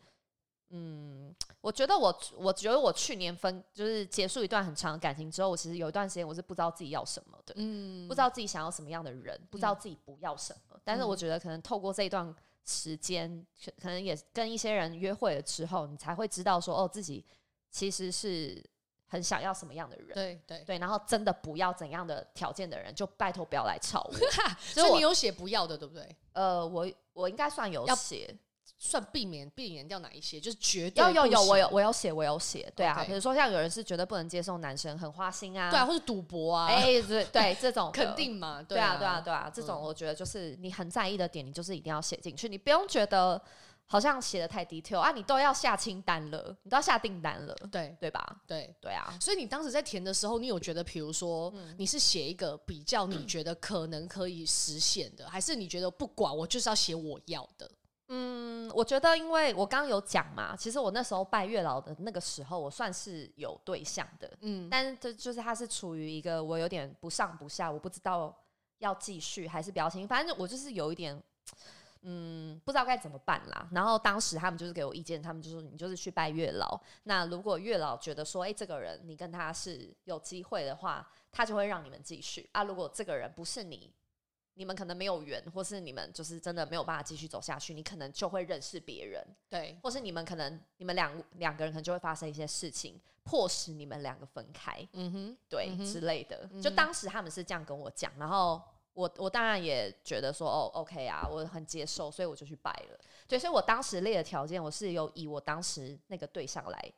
Speaker 2: 嗯，我觉得我我觉得我去年分就是结束一段很长的感情之后，我其实有一段时间我是不知道自己要什么的，
Speaker 1: 嗯
Speaker 2: 不知道自己想要什么样的人，不知道自己不要什么。但是
Speaker 1: 嗯
Speaker 2: 我觉得可能透过这一段时间，可可能也跟一些人约会了之后，你才会知道说哦，自己其实是很想要什么样的人。
Speaker 1: 对对，
Speaker 2: 对，然后真的不要怎样的条件的人，就拜托不要来吵我。
Speaker 1: 所以
Speaker 2: 我
Speaker 1: 你有写不要的，对不对？
Speaker 2: 呃，我我应该算有
Speaker 1: 要
Speaker 2: 写，
Speaker 1: 算避免避免掉哪一些？就是绝对
Speaker 2: 有有
Speaker 1: 不
Speaker 2: 有，
Speaker 1: 行
Speaker 2: 我有我有写，我有写，对啊
Speaker 1: OK
Speaker 2: 比如说像有人是绝对不能接受男生很花心啊，
Speaker 1: 对啊，或是赌博啊，
Speaker 2: 哎、对对，这种的
Speaker 1: 肯定嘛，
Speaker 2: 对啊，
Speaker 1: 啊
Speaker 2: 对啊，对啊，这种
Speaker 1: 嗯
Speaker 2: 我觉得就是你很在意的点，你就是一定要写进去，你不用觉得好像写的太 detail 啊，你都要下清单了，你都要下订单了，
Speaker 1: 对
Speaker 2: 对吧？
Speaker 1: 对。
Speaker 2: 对啊，
Speaker 1: 所以你当时在填的时候，你有觉得，比如说，
Speaker 2: 嗯
Speaker 1: 你是写一个比较你觉得可能可以实现的，还是你觉得不管我就是要写我要的？
Speaker 2: 嗯，我觉得因为我刚刚有讲嘛，其实我那时候拜月老的那个时候，我算是有对象的，
Speaker 1: 嗯，
Speaker 2: 但是这就是他是处于一个我有点不上不下，我不知道要继续还是不要继续，反正我就是有一点。嗯，不知道该怎么办啦。然后当时他们就是给我意见，他们就说你就是去拜月老。那如果月老觉得说，哎、这个人你跟他是有机会的话，他就会让你们继续啊。如果这个人不是你，你们可能没有缘，或是你们就是真的没有办法继续走下去，你可能就会认识别人。
Speaker 1: 对，
Speaker 2: 或是你们可能你们两两个人可能就会发生一些事情，迫使你们两个分开，
Speaker 1: 嗯哼，
Speaker 2: 对、
Speaker 1: 嗯哼
Speaker 2: 之类的。
Speaker 1: 嗯哼
Speaker 2: 就当时他们是这样跟我讲，然后我我当然也觉得说哦，OK 啊，我很接受，所以我就去拜了。对，所以我当时列的条件，我是有以我当时那个对象来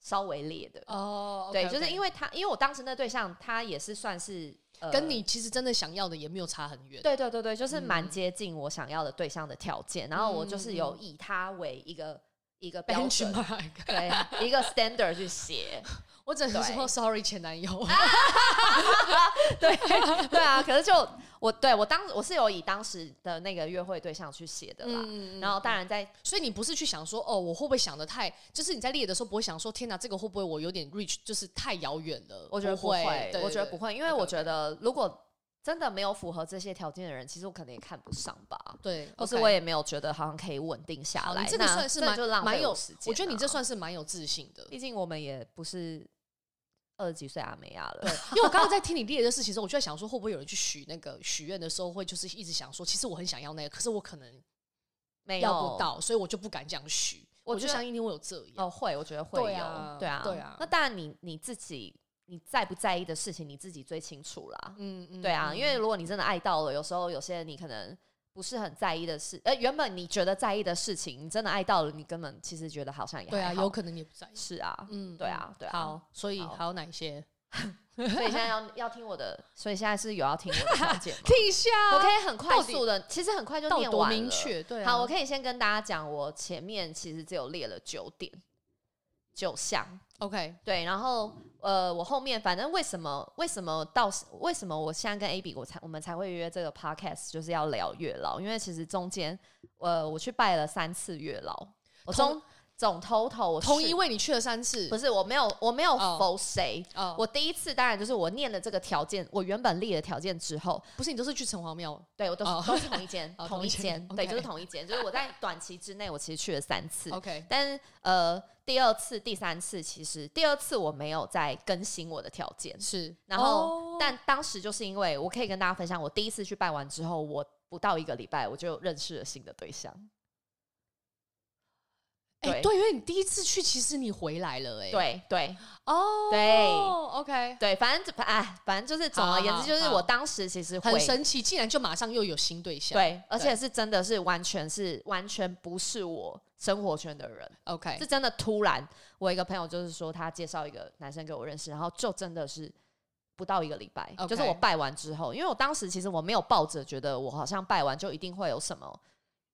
Speaker 2: 稍微列的。
Speaker 1: 哦，
Speaker 2: 对，就是因
Speaker 1: 为
Speaker 2: 为他，因为我当时那对象他也是算是、呃、
Speaker 1: 跟你其实真的想要的也没有差很远。
Speaker 2: 对对对对，就是蛮
Speaker 1: 嗯
Speaker 2: 接近我想要的对象的条件，然后我就是有以他为一个一个标准，
Speaker 1: ，benchmark，
Speaker 2: 对，一个 standard 去写，
Speaker 1: 我只能
Speaker 2: 对啊
Speaker 1: 说 sorry 前男友。
Speaker 2: 对对啊，可是就我对我当我是有以当时的那个约会对象去写的啦，
Speaker 1: 嗯
Speaker 2: 然后当然在
Speaker 1: 所以你不是去想说哦，我会不会想的太，就是你在列的时候不会想说，天哪，这个会不会我有点 reach，就是太遥远了？
Speaker 2: 我觉得
Speaker 1: 不
Speaker 2: 会，
Speaker 1: 对
Speaker 2: 我觉得
Speaker 1: 对
Speaker 2: 不会，因为
Speaker 1: OK，OK
Speaker 2: 我觉得如果真的没有符合这些条件的人，其实我可能也看不上吧。
Speaker 1: 对，
Speaker 2: 或是
Speaker 1: OK
Speaker 2: 我也没有觉得好像可以稳定下
Speaker 1: 好，
Speaker 2: 来，
Speaker 1: 你这个
Speaker 2: 那
Speaker 1: 算是
Speaker 2: 这
Speaker 1: 蛮
Speaker 2: 就浪费
Speaker 1: 蛮有
Speaker 2: 时间啊。
Speaker 1: 我觉得你这算是蛮有自信 的。
Speaker 2: 毕竟我们也不是二十几岁阿美亚了，
Speaker 1: 因为我刚刚在听你列的事情的时候，我就在想说，会不会有人去许那个许愿的时候，会就是一直想说，其实我很想要那个，可是我可能
Speaker 2: 没有
Speaker 1: 要不。到，所以我就不敢这样许。
Speaker 2: 我
Speaker 1: 我就
Speaker 2: 觉得
Speaker 1: 相信一定会有这样。
Speaker 2: 哦，会，我觉得会有，
Speaker 1: 对啊
Speaker 2: 对啊，
Speaker 1: 对啊
Speaker 2: 那当然你，你自己你在不在意的事情，你自己最清楚啦。
Speaker 1: 嗯嗯
Speaker 2: 对啊，
Speaker 1: 嗯
Speaker 2: 因为如果你真的爱到了，有时候有些你可能不是很在意的事，呃，原本你觉得在意的事情，你真的爱到了，你根本其实觉得好像也
Speaker 1: 对啊，
Speaker 2: 还好
Speaker 1: 有可能你也不在意。
Speaker 2: 是啊，
Speaker 1: 嗯
Speaker 2: 对啊
Speaker 1: 嗯
Speaker 2: 对啊
Speaker 1: 好，所以
Speaker 2: 好
Speaker 1: 还有哪一 些？。
Speaker 2: 所以现在要要听我的，所以现在是有 要听我的条件吗
Speaker 1: 听一下
Speaker 2: 我可
Speaker 1: 以
Speaker 2: 以很快速的，其实很快就
Speaker 1: 到底
Speaker 2: 念
Speaker 1: 多
Speaker 2: 完了。
Speaker 1: 明确？对啊，
Speaker 2: 好，我可以先跟大家讲，我前面其实只有列了九点九项，
Speaker 1: OK，
Speaker 2: 对，然后呃，我后面反正为什么为什么到为什么我现在跟 A B 我才我们才会约这个 podcast 就是要聊月老，因为其实中间呃我去拜了三次月老，我
Speaker 1: 同
Speaker 2: 总总 total 我去
Speaker 1: 同一位你去了三次
Speaker 2: 不，是我没有我没有
Speaker 1: 哦
Speaker 2: 否谁。
Speaker 1: 哦，
Speaker 2: 我第一次当然就是我念了这个条件，我原本列的条件之后，
Speaker 1: 不是你都是去城隍庙，
Speaker 2: 对我都是、
Speaker 1: 哦，
Speaker 2: 都是同一间
Speaker 1: 哦同
Speaker 2: 同一
Speaker 1: 一间
Speaker 2: 间，对，
Speaker 1: OK 哦
Speaker 2: 就是同一间，就是我在短期之内我其实去了三次，
Speaker 1: OK，
Speaker 2: 但是呃，第二次、第三次，其实第二次我没有再更新我的条件，
Speaker 1: 是，
Speaker 2: 然后、
Speaker 1: 哦
Speaker 2: 但当时就是因为我可以跟大家分享，我第一次去拜完之后，我不到一个礼拜我就认识了新的对象，
Speaker 1: 哎，
Speaker 2: 对
Speaker 1: 对，因为你第一次去，其实你回来了，哎，，
Speaker 2: 对对
Speaker 1: 哦，
Speaker 2: 对
Speaker 1: ，OK，
Speaker 2: 对，反正哎，反正就是总而言
Speaker 1: 好
Speaker 2: 之，
Speaker 1: 好
Speaker 2: 就是
Speaker 1: 好
Speaker 2: 我当时其实
Speaker 1: 很
Speaker 2: 会
Speaker 1: 神奇，竟然就马上又有新对象，
Speaker 2: 对，而且是真的是完全是完全不是我生活圈的人。
Speaker 1: ，OK，
Speaker 2: 是真的突然，我一个朋友就是说他介绍一个男生给我认识，然后就真的是不到一个礼拜
Speaker 1: OK
Speaker 2: 就是我拜完之后，因为我当时其实我没有抱着觉得我好像拜完就一定会有什么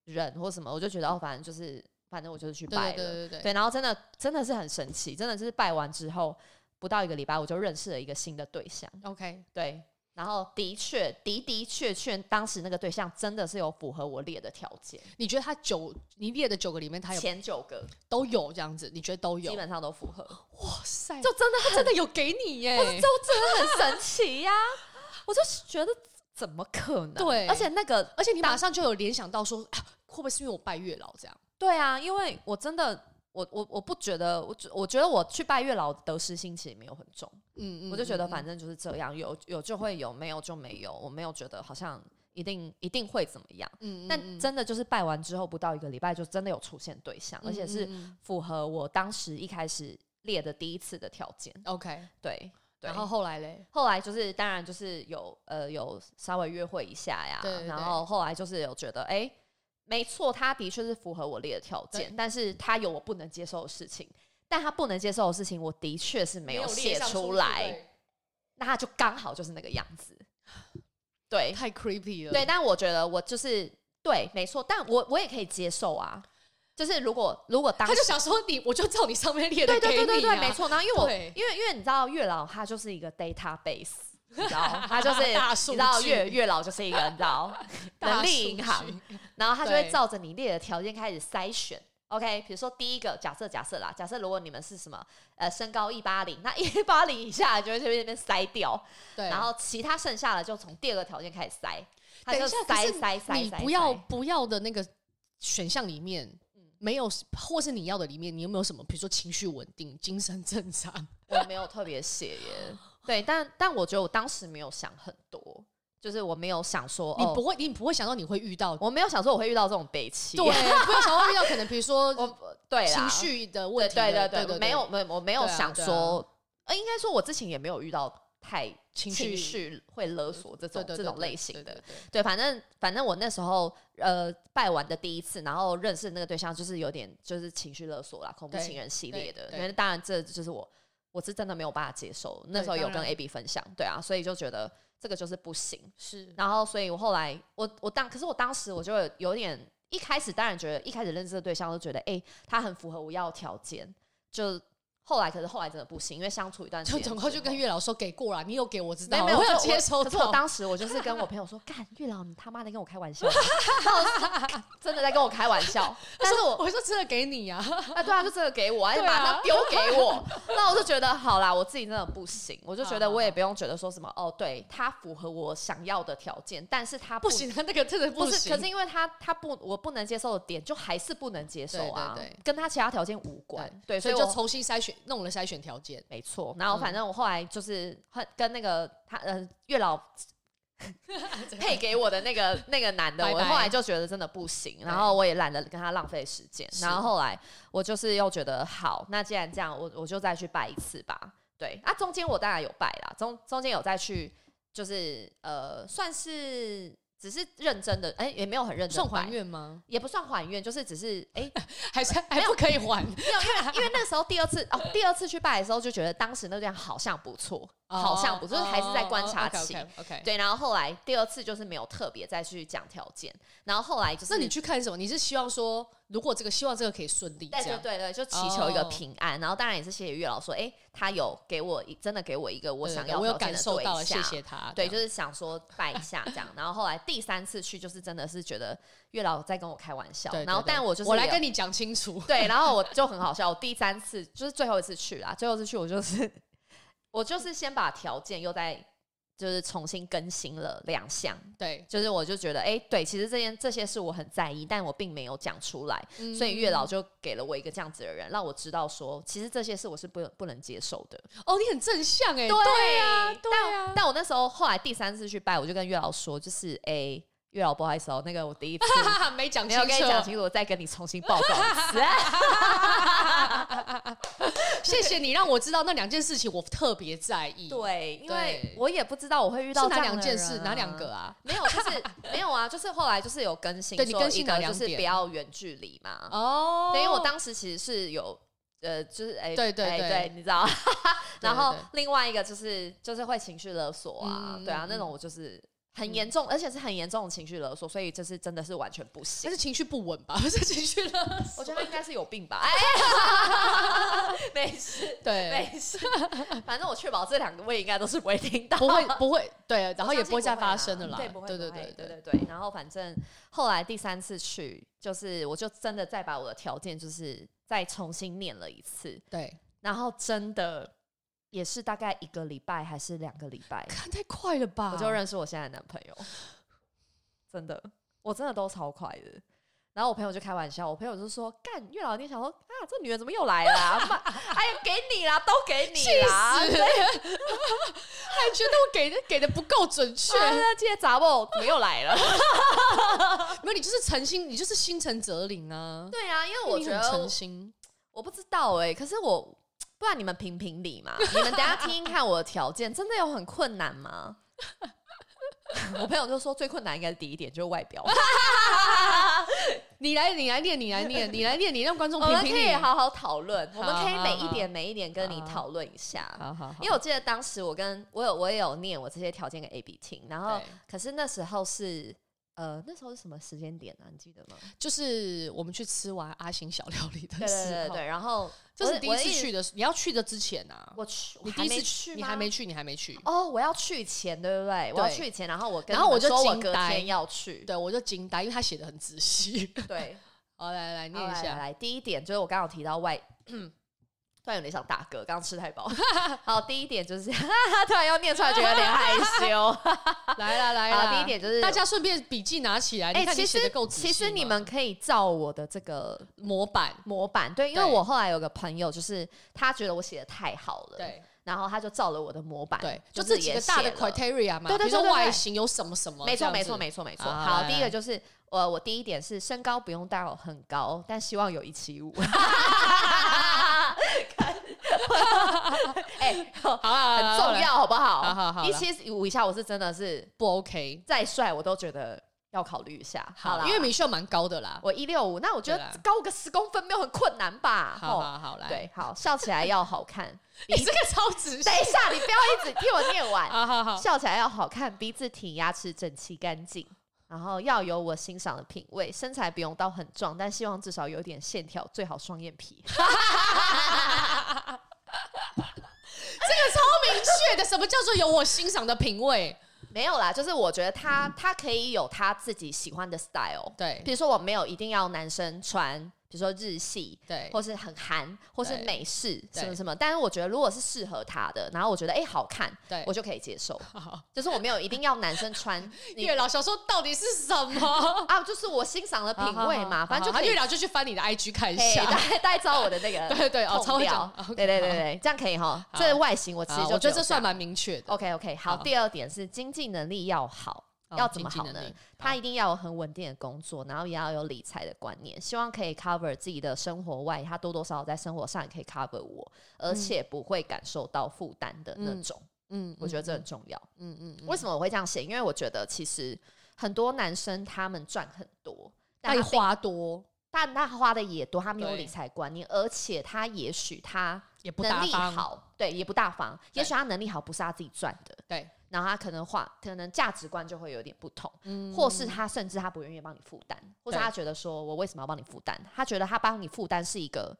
Speaker 2: 人或什么，我就觉得哦，反正就是反正我就是去
Speaker 1: 对
Speaker 2: 拜了，
Speaker 1: 对对对对，
Speaker 2: 对，然后真的真的是很神奇，真的是拜完之后不到一个礼拜我就认识了一个新的对象，
Speaker 1: ，OK，
Speaker 2: 对。然后的确，的的确确，当时那个对象真的是有符合我列的条件，
Speaker 1: 你觉得他九你列的九个里面，他有
Speaker 2: 前九个
Speaker 1: 都有这样子，你觉得都有哦
Speaker 2: 基？本上都符合。
Speaker 1: 哇塞，
Speaker 2: 就真的
Speaker 1: 他真的有给你耶
Speaker 2: 就！真的很神奇呀、 我就觉得怎么可能？
Speaker 1: 对
Speaker 2: 而且那个
Speaker 1: 而且你马上就有联想到说，啊会不会是因为我拜月老这样？
Speaker 2: 对啊，因为我真的。我我我不觉得，我觉我觉得我去拜月老得失心其实没有很重，
Speaker 1: 嗯
Speaker 2: 我就觉得
Speaker 1: 嗯
Speaker 2: 反正就是这样，有有就会有，没有就没有，我没有觉得好像一定一定会怎么样。
Speaker 1: 嗯嗯
Speaker 2: 但真的就是拜完之后不到一个礼拜，就真的有出现对象，而且是
Speaker 1: 嗯嗯
Speaker 2: 符合我当时一开始列的第一次的条件。
Speaker 1: 嗯 OK，
Speaker 2: 对，对
Speaker 1: 然后后来嘞，
Speaker 2: 后来就是，当然就是有呃有稍微约会一下呀，
Speaker 1: 对对
Speaker 2: 然后后来就是有觉得，哎、没错，他的确是符合我列的条件，但是他有我不能接受的事情，但他不能接受的事情，我的确是没有写出来，，那他就刚好就是那个样 子，对
Speaker 1: 太 creepy 了。
Speaker 2: 对，但我觉得我就是对，没错，但我我也可以接受啊，就是如果如果当
Speaker 1: 他
Speaker 2: 时
Speaker 1: 就想说你，我就照你上面列的
Speaker 2: 对
Speaker 1: 给你、啊，
Speaker 2: 对对对对，没错。然后因为我
Speaker 1: 对
Speaker 2: 因为因为你知道月老他就是一个 database，你知道他就 是
Speaker 1: 大
Speaker 2: 你
Speaker 1: 数
Speaker 2: 知道
Speaker 1: 据
Speaker 2: 月月老就是一个你 知道能力银行，然后他就会
Speaker 1: 对
Speaker 2: 照着你列的条件开始筛选。OK，比如说第一个假设假设啦，假设如果你们是什么呃身高一八零，那一八零以下就会被那边筛掉，
Speaker 1: 对，
Speaker 2: 然后其他剩下的就从第二个条件开始筛，他
Speaker 1: 等
Speaker 2: 就
Speaker 1: 一下
Speaker 2: 筛
Speaker 1: 可是
Speaker 2: 筛筛筛
Speaker 1: 你
Speaker 2: 筛，
Speaker 1: 不要不要的那个选项里面
Speaker 2: 嗯。
Speaker 1: 没有，或是你要的里面，你有没有什么？比如说情绪稳定、精神正常，
Speaker 2: 我没有特别写耶。对，但但我觉得我当时没有想很多，就是我没有想说
Speaker 1: 你
Speaker 2: 哦，
Speaker 1: 不会，你不会想到你会遇到，
Speaker 2: 我没有想说我会遇到这种悲戚。
Speaker 1: 对，不会想到遇到可能，比如说
Speaker 2: 我对啦
Speaker 1: 情，绪的
Speaker 2: 对
Speaker 1: 问题
Speaker 2: 对
Speaker 1: 的，
Speaker 2: 对
Speaker 1: 对
Speaker 2: 对，没有没有我没有
Speaker 1: 对啊
Speaker 2: 想
Speaker 1: 对啊
Speaker 2: 说，呃，应该说我之前也没有遇到太
Speaker 1: 情
Speaker 2: 情
Speaker 1: 绪
Speaker 2: 绪会勒索这
Speaker 1: 对
Speaker 2: 种
Speaker 1: 对
Speaker 2: 这
Speaker 1: 对
Speaker 2: 种
Speaker 1: 对
Speaker 2: 类型
Speaker 1: 对
Speaker 2: 的
Speaker 1: 对。对
Speaker 2: 对，反正反正我那时候呃拜完的第一次，然后认识的那个对象就是有点就是情绪勒索啦，恐怖
Speaker 1: 对
Speaker 2: 情人系
Speaker 1: 对
Speaker 2: 列的。
Speaker 1: 对
Speaker 2: 因为当然这就是我我是真的没有办法接受，那
Speaker 1: 对
Speaker 2: 时候有
Speaker 1: 当
Speaker 2: 跟
Speaker 1: 然
Speaker 2: A B 分享，对啊，所以就觉得这个就是不行。
Speaker 1: 是
Speaker 2: 然后，所以我后来我我当可是我当时我就有有点一开始当然觉得一开始认识的对象都觉得哎、诶他很符合我要的条件，就后来可是后来真的不行，因为相处一段时
Speaker 1: 就
Speaker 2: 间
Speaker 1: 总共
Speaker 2: 之
Speaker 1: 就跟
Speaker 2: 后
Speaker 1: 月老说给过了，你有给我知道，
Speaker 2: 没有没有
Speaker 1: 我有
Speaker 2: 就
Speaker 1: 接收
Speaker 2: 可是我
Speaker 1: 到。
Speaker 2: 当时我就是跟我朋友说， 干月老，你他妈的跟我开 玩笑吗，然后我就 真的在跟我开玩 笑。但是
Speaker 1: 说
Speaker 2: 我
Speaker 1: 我说真的给你啊，
Speaker 2: 啊，对啊，就这个给我，而且
Speaker 1: 对啊
Speaker 2: 马上丢给 我，那我就觉得好啦，我自己真的不行，我就觉得我也不用觉得说什么哦，对他符合我想要的条件，但是他
Speaker 1: 不。行，他那个真的
Speaker 2: 不是，
Speaker 1: 行。
Speaker 2: 可是因为他他不，我不能接受的点就还是不能接受啊，
Speaker 1: 对对对
Speaker 2: 跟他其他条件无关。对，
Speaker 1: 所
Speaker 2: 所以
Speaker 1: 以
Speaker 2: 我
Speaker 1: 就重新筛选，弄了筛选条件。
Speaker 2: 没错。然后反正我后来就是很跟那个他呃月老 配给我的那个那个男的，
Speaker 1: 拜
Speaker 2: 我
Speaker 1: 拜
Speaker 2: 后来就觉得真的不行，然后我也懒得跟他浪费时间。
Speaker 1: 是
Speaker 2: 然后后来我就是又觉得好，那既然这样，我我就再去拜一次吧。对，啊，中间我当然有拜啦，中中间有再去，就是呃，算是只是认真的，哎、也没有很认真
Speaker 1: 算还
Speaker 2: 拜，
Speaker 1: 愿吗？
Speaker 2: 也不算还愿，就是只是 哎、
Speaker 1: 还是还不可以还？
Speaker 2: 因为那时候第二次哦，第二次去拜的时候就觉得当时那段好像 不错，好像不错，就是还是在观察期。
Speaker 1: OK，
Speaker 2: 对，然后后来第二次就是没有特别再去讲条件，然后后来就是
Speaker 1: 那你去看什么？你是希望说，如果这个希望这个可以顺利，
Speaker 2: 对
Speaker 1: 这
Speaker 2: 对
Speaker 1: 样
Speaker 2: 对对，就祈求一个
Speaker 1: 哦
Speaker 2: 平安。然后当然也是谢谢月老说，哎、他有给我一真的给我一个我
Speaker 1: 对
Speaker 2: 想
Speaker 1: 对
Speaker 2: 要
Speaker 1: 我有
Speaker 2: 条件
Speaker 1: 感
Speaker 2: 的
Speaker 1: 受
Speaker 2: 对
Speaker 1: 到了，谢
Speaker 2: 象
Speaker 1: 谢他。
Speaker 2: 对，
Speaker 1: 这样
Speaker 2: 就是想说拜一下这样。然后后来第三次去，就是真的是觉得月老在跟我开玩笑。
Speaker 1: 对对
Speaker 2: 然后
Speaker 1: 对
Speaker 2: 但我就是
Speaker 1: 我来
Speaker 2: 有
Speaker 1: 跟你讲清楚。
Speaker 2: 对，然后我就很好笑，我第三次就是最后一次去啦，最后一次去我就是我就是先把条件又再就是重新更新了两项，
Speaker 1: 对，
Speaker 2: 就是我就觉得哎、诶对，其实这件这些事我很在意，但我并没有讲出来，所
Speaker 1: 嗯
Speaker 2: 以月老就给了我一个这样子的人，让我知道说其实这些事我是不不能接受的。
Speaker 1: 哦，你很正向哎，
Speaker 2: 啊，
Speaker 1: 对啊
Speaker 2: 但我那时候后来第三次去拜，我就跟月老说，就是哎、诶月老不好意思哦，那个我 第一次
Speaker 1: 哈哈哈，没讲
Speaker 2: 没
Speaker 1: 清
Speaker 2: 有
Speaker 1: 楚，
Speaker 2: 跟你讲清楚，我再跟你重新报告一次。
Speaker 1: 谢谢你让我知道那两件事情，我特别在意。，
Speaker 2: 对，因
Speaker 1: 对
Speaker 2: 为我也不知道我会遇到
Speaker 1: 是
Speaker 2: 这
Speaker 1: 哪
Speaker 2: 样的
Speaker 1: 两件事？
Speaker 2: 人啊
Speaker 1: 哪两个？啊？
Speaker 2: 没有，就是没有啊，就是后来就是有更 新，
Speaker 1: 对你更新哪两
Speaker 2: 就是
Speaker 1: 点
Speaker 2: 不要远距离嘛。
Speaker 1: 哦
Speaker 2: 对，因为我当时其实是有呃，就是哎，
Speaker 1: 对对
Speaker 2: 哎
Speaker 1: 对
Speaker 2: 对，你知 道。然后
Speaker 1: 对对
Speaker 2: 另外一个就是就是会情绪勒索啊，
Speaker 1: 嗯
Speaker 2: 对啊
Speaker 1: 嗯，
Speaker 2: 那种我就是很严重，而且是很严重的情绪勒索，所以就是真的是完全不
Speaker 1: 但
Speaker 2: 行。
Speaker 1: 是情绪不稳吧？ 不是情绪了，
Speaker 2: 我觉得他应该是有病 吧？哎，没事
Speaker 1: 对，
Speaker 2: 没事，反正我确保这两个位应该都是不会听到，
Speaker 1: 不会不会对，然后
Speaker 2: 我
Speaker 1: 也
Speaker 2: 相信
Speaker 1: 不会再发
Speaker 2: 啦
Speaker 1: 生了啦。
Speaker 2: 对，不会，
Speaker 1: 对
Speaker 2: 不
Speaker 1: 对
Speaker 2: 会
Speaker 1: 对
Speaker 2: 对
Speaker 1: 对。
Speaker 2: 对对。然后反正后来第三次去，就是我就真的再把我的条件就是再重新念了一次，
Speaker 1: 对，
Speaker 2: 然后真的也是大概一个礼拜还是两个礼拜，
Speaker 1: 看太快了吧？
Speaker 2: 我就认识我现在的男朋友， 真的，我真的都超快的。然后我朋友就开玩笑，我朋友就说：“干月老，你想说啊，这女人怎么又来了、啊？ 妈哎呀，给你啦，都给你
Speaker 1: 气死
Speaker 2: 啦，
Speaker 1: 了，还觉得我给的给的不够准确
Speaker 2: 对，啊，这些杂货怎么又来了？”
Speaker 1: 没有，你就是诚心，你就是心诚则灵啊。
Speaker 2: 对啊，因为我
Speaker 1: 你
Speaker 2: 觉
Speaker 1: 很
Speaker 2: 得
Speaker 1: 诚心，
Speaker 2: 我不知道哎、可是我不然你们评评理嘛，你们等一下听听看我的条件，真的有很困难吗？ 我朋友就说最困难应该是第一点，就是外表。
Speaker 1: 你来，你来念，你来念，你来念，你让观众
Speaker 2: 我
Speaker 1: 评
Speaker 2: 们可
Speaker 1: 评理
Speaker 2: 以。好好讨论，我们可以
Speaker 1: 好
Speaker 2: 每
Speaker 1: 好
Speaker 2: 一点每一点跟你
Speaker 1: 好
Speaker 2: 讨论一下。
Speaker 1: 好好好
Speaker 2: 因为我记得当时我跟我有我也有念我这些条件给 A B 听，然后
Speaker 1: 对
Speaker 2: 可是那时候是呃，那时候是什么时间点啊？你记得吗？
Speaker 1: 就是我们去吃完阿星小料理的
Speaker 2: 对对
Speaker 1: 时
Speaker 2: 对
Speaker 1: 候，
Speaker 2: 对，然后
Speaker 1: 这
Speaker 2: 我
Speaker 1: 是
Speaker 2: 的
Speaker 1: 你第一
Speaker 2: 我的
Speaker 1: 次
Speaker 2: 意思
Speaker 1: 去的时，你要去的之前啊，
Speaker 2: 我去，我
Speaker 1: 你
Speaker 2: 还
Speaker 1: 第一次
Speaker 2: 没去吗？
Speaker 1: 你还没去，你还没去，
Speaker 2: 哦，我要去前，对不对？我要
Speaker 1: 对
Speaker 2: 去前，然后我跟
Speaker 1: 然后
Speaker 2: 你们
Speaker 1: 我就
Speaker 2: 说我
Speaker 1: 惊
Speaker 2: 隔
Speaker 1: 呆
Speaker 2: 天要去，
Speaker 1: 对我就惊呆，因为他写的很仔 细。
Speaker 2: 对，
Speaker 1: 好，来来 念一
Speaker 2: 好来来
Speaker 1: 下，
Speaker 2: 来，第一点就是我刚刚有提到外， 突然有点想打嗝，刚刚吃 太饱。好，第一点就是 突然要念出来，觉得有点害羞。
Speaker 1: 来啦来
Speaker 2: 好，
Speaker 1: 啦，
Speaker 2: 第一点就是
Speaker 1: 哎大。家顺便笔记拿起来，
Speaker 2: 哎、
Speaker 1: 你看
Speaker 2: 其
Speaker 1: 你写
Speaker 2: 实
Speaker 1: 的够仔细
Speaker 2: 其实
Speaker 1: 吗
Speaker 2: 你们可以照我的这个
Speaker 1: 模板，
Speaker 2: 模板，对，因为
Speaker 1: 对
Speaker 2: 我后来有个朋友，就是他觉得我写的太好了，，
Speaker 1: 对
Speaker 2: 然后他就照了我的模板，
Speaker 1: 对，就是这几个
Speaker 2: 也
Speaker 1: 大的
Speaker 2: 写了
Speaker 1: criteria 嘛，
Speaker 2: 对对
Speaker 1: 比如
Speaker 2: 对对
Speaker 1: 说
Speaker 2: 对
Speaker 1: 外形有什么什么，
Speaker 2: 没
Speaker 1: 这
Speaker 2: 错，
Speaker 1: 样
Speaker 2: 没错，
Speaker 1: 子
Speaker 2: 没错，没错。
Speaker 1: 好
Speaker 2: 好，
Speaker 1: 来
Speaker 2: 第一
Speaker 1: 来
Speaker 2: 个就是呃，我第一点是身高不用到很高，但希望有一 七五。 哎，很
Speaker 1: 好啦，好啦
Speaker 2: 重，要，好不
Speaker 1: 好好
Speaker 2: 好？
Speaker 1: 好
Speaker 2: 一七五以下，我是真的是
Speaker 1: 不 OK。
Speaker 2: 再帅，我都觉得要考虑一下。好啦，
Speaker 1: 因为米秀蛮高的啦。
Speaker 2: 我一六五，那我觉
Speaker 1: 对
Speaker 2: 得
Speaker 1: 啦
Speaker 2: 高个十公分没有很困难吧？
Speaker 1: 好
Speaker 2: 吼
Speaker 1: 好好，来，
Speaker 2: 对，好，笑起来要好看。
Speaker 1: 你
Speaker 2: 鼻
Speaker 1: 这个超直
Speaker 2: 等
Speaker 1: 线。
Speaker 2: 一下，你不要一直听我念完。
Speaker 1: 好好好，
Speaker 2: 笑起来要好看，鼻子挺，牙齿整齐干净，然后要有我欣赏的品味，身材不用到很壮，但希望至少有点线条，最好双眼皮。
Speaker 1: 明确的，什么叫做有我欣赏的品味？
Speaker 2: 没有啦，就是我觉得他他可以有他自己喜欢的 style，
Speaker 1: 对
Speaker 2: 比如说我没有一定要男生穿，比如说日系。
Speaker 1: 对，
Speaker 2: 或是很韩，或是
Speaker 1: 对
Speaker 2: 美式
Speaker 1: 对
Speaker 2: 什么什么，但是我觉得如果是适合他的，然后我觉得哎、诶好看，
Speaker 1: 对
Speaker 2: 我就可以接受。
Speaker 1: 好
Speaker 2: 就是我没有一定要男生穿，你
Speaker 1: 月老想说到底是什么
Speaker 2: 啊，就是我欣赏 的品味嘛，反正就
Speaker 1: 好
Speaker 2: 可以
Speaker 1: 月老就去翻你的 IG 看一
Speaker 2: 嘿，大
Speaker 1: 下。
Speaker 2: 概 大概知道我的那个
Speaker 1: 对 对对，哦，超
Speaker 2: 痛
Speaker 1: 会
Speaker 2: 调
Speaker 1: 讲。OK，
Speaker 2: 对对对
Speaker 1: 好，
Speaker 2: 对，这样可以哈。
Speaker 1: 好
Speaker 2: 这外形我其实
Speaker 1: 好
Speaker 2: 就
Speaker 1: 我觉得这算
Speaker 2: 吧。
Speaker 1: 蛮明确的。
Speaker 2: OK OK，好。
Speaker 1: 好
Speaker 2: 第二点是经济能力要好，
Speaker 1: 好
Speaker 2: 要怎么好
Speaker 1: 经济
Speaker 2: 呢
Speaker 1: 能力？
Speaker 2: 他一定要有很稳定的工作，然后也要有理财的观念，希望可以 cover 自己的生活外，他多多少少在生活上也可以 cover 我，而且不会感受到负担的那种。
Speaker 1: 嗯
Speaker 2: 我觉得这很重要。
Speaker 1: 嗯嗯嗯，
Speaker 2: 为什么我会这样写？因为我觉得其实很多男生他们赚很多，但
Speaker 1: 爱
Speaker 2: 他并
Speaker 1: 花多
Speaker 2: 但他花的也多，他没有
Speaker 1: 对
Speaker 2: 理财观念，而且他也许他
Speaker 1: 也不
Speaker 2: 能
Speaker 1: 大
Speaker 2: 力
Speaker 1: 方，
Speaker 2: 好，对，也不大方。
Speaker 1: 对
Speaker 2: 也许他能力好不是他自己赚的，
Speaker 1: 对，
Speaker 2: 然后他可能话，可能价值观就会有点不同，
Speaker 1: 嗯
Speaker 2: 或是他甚至他不愿意帮你负担，或是
Speaker 1: 对
Speaker 2: 他觉得说我为什么要帮你负担？他觉得他帮你负担是一个，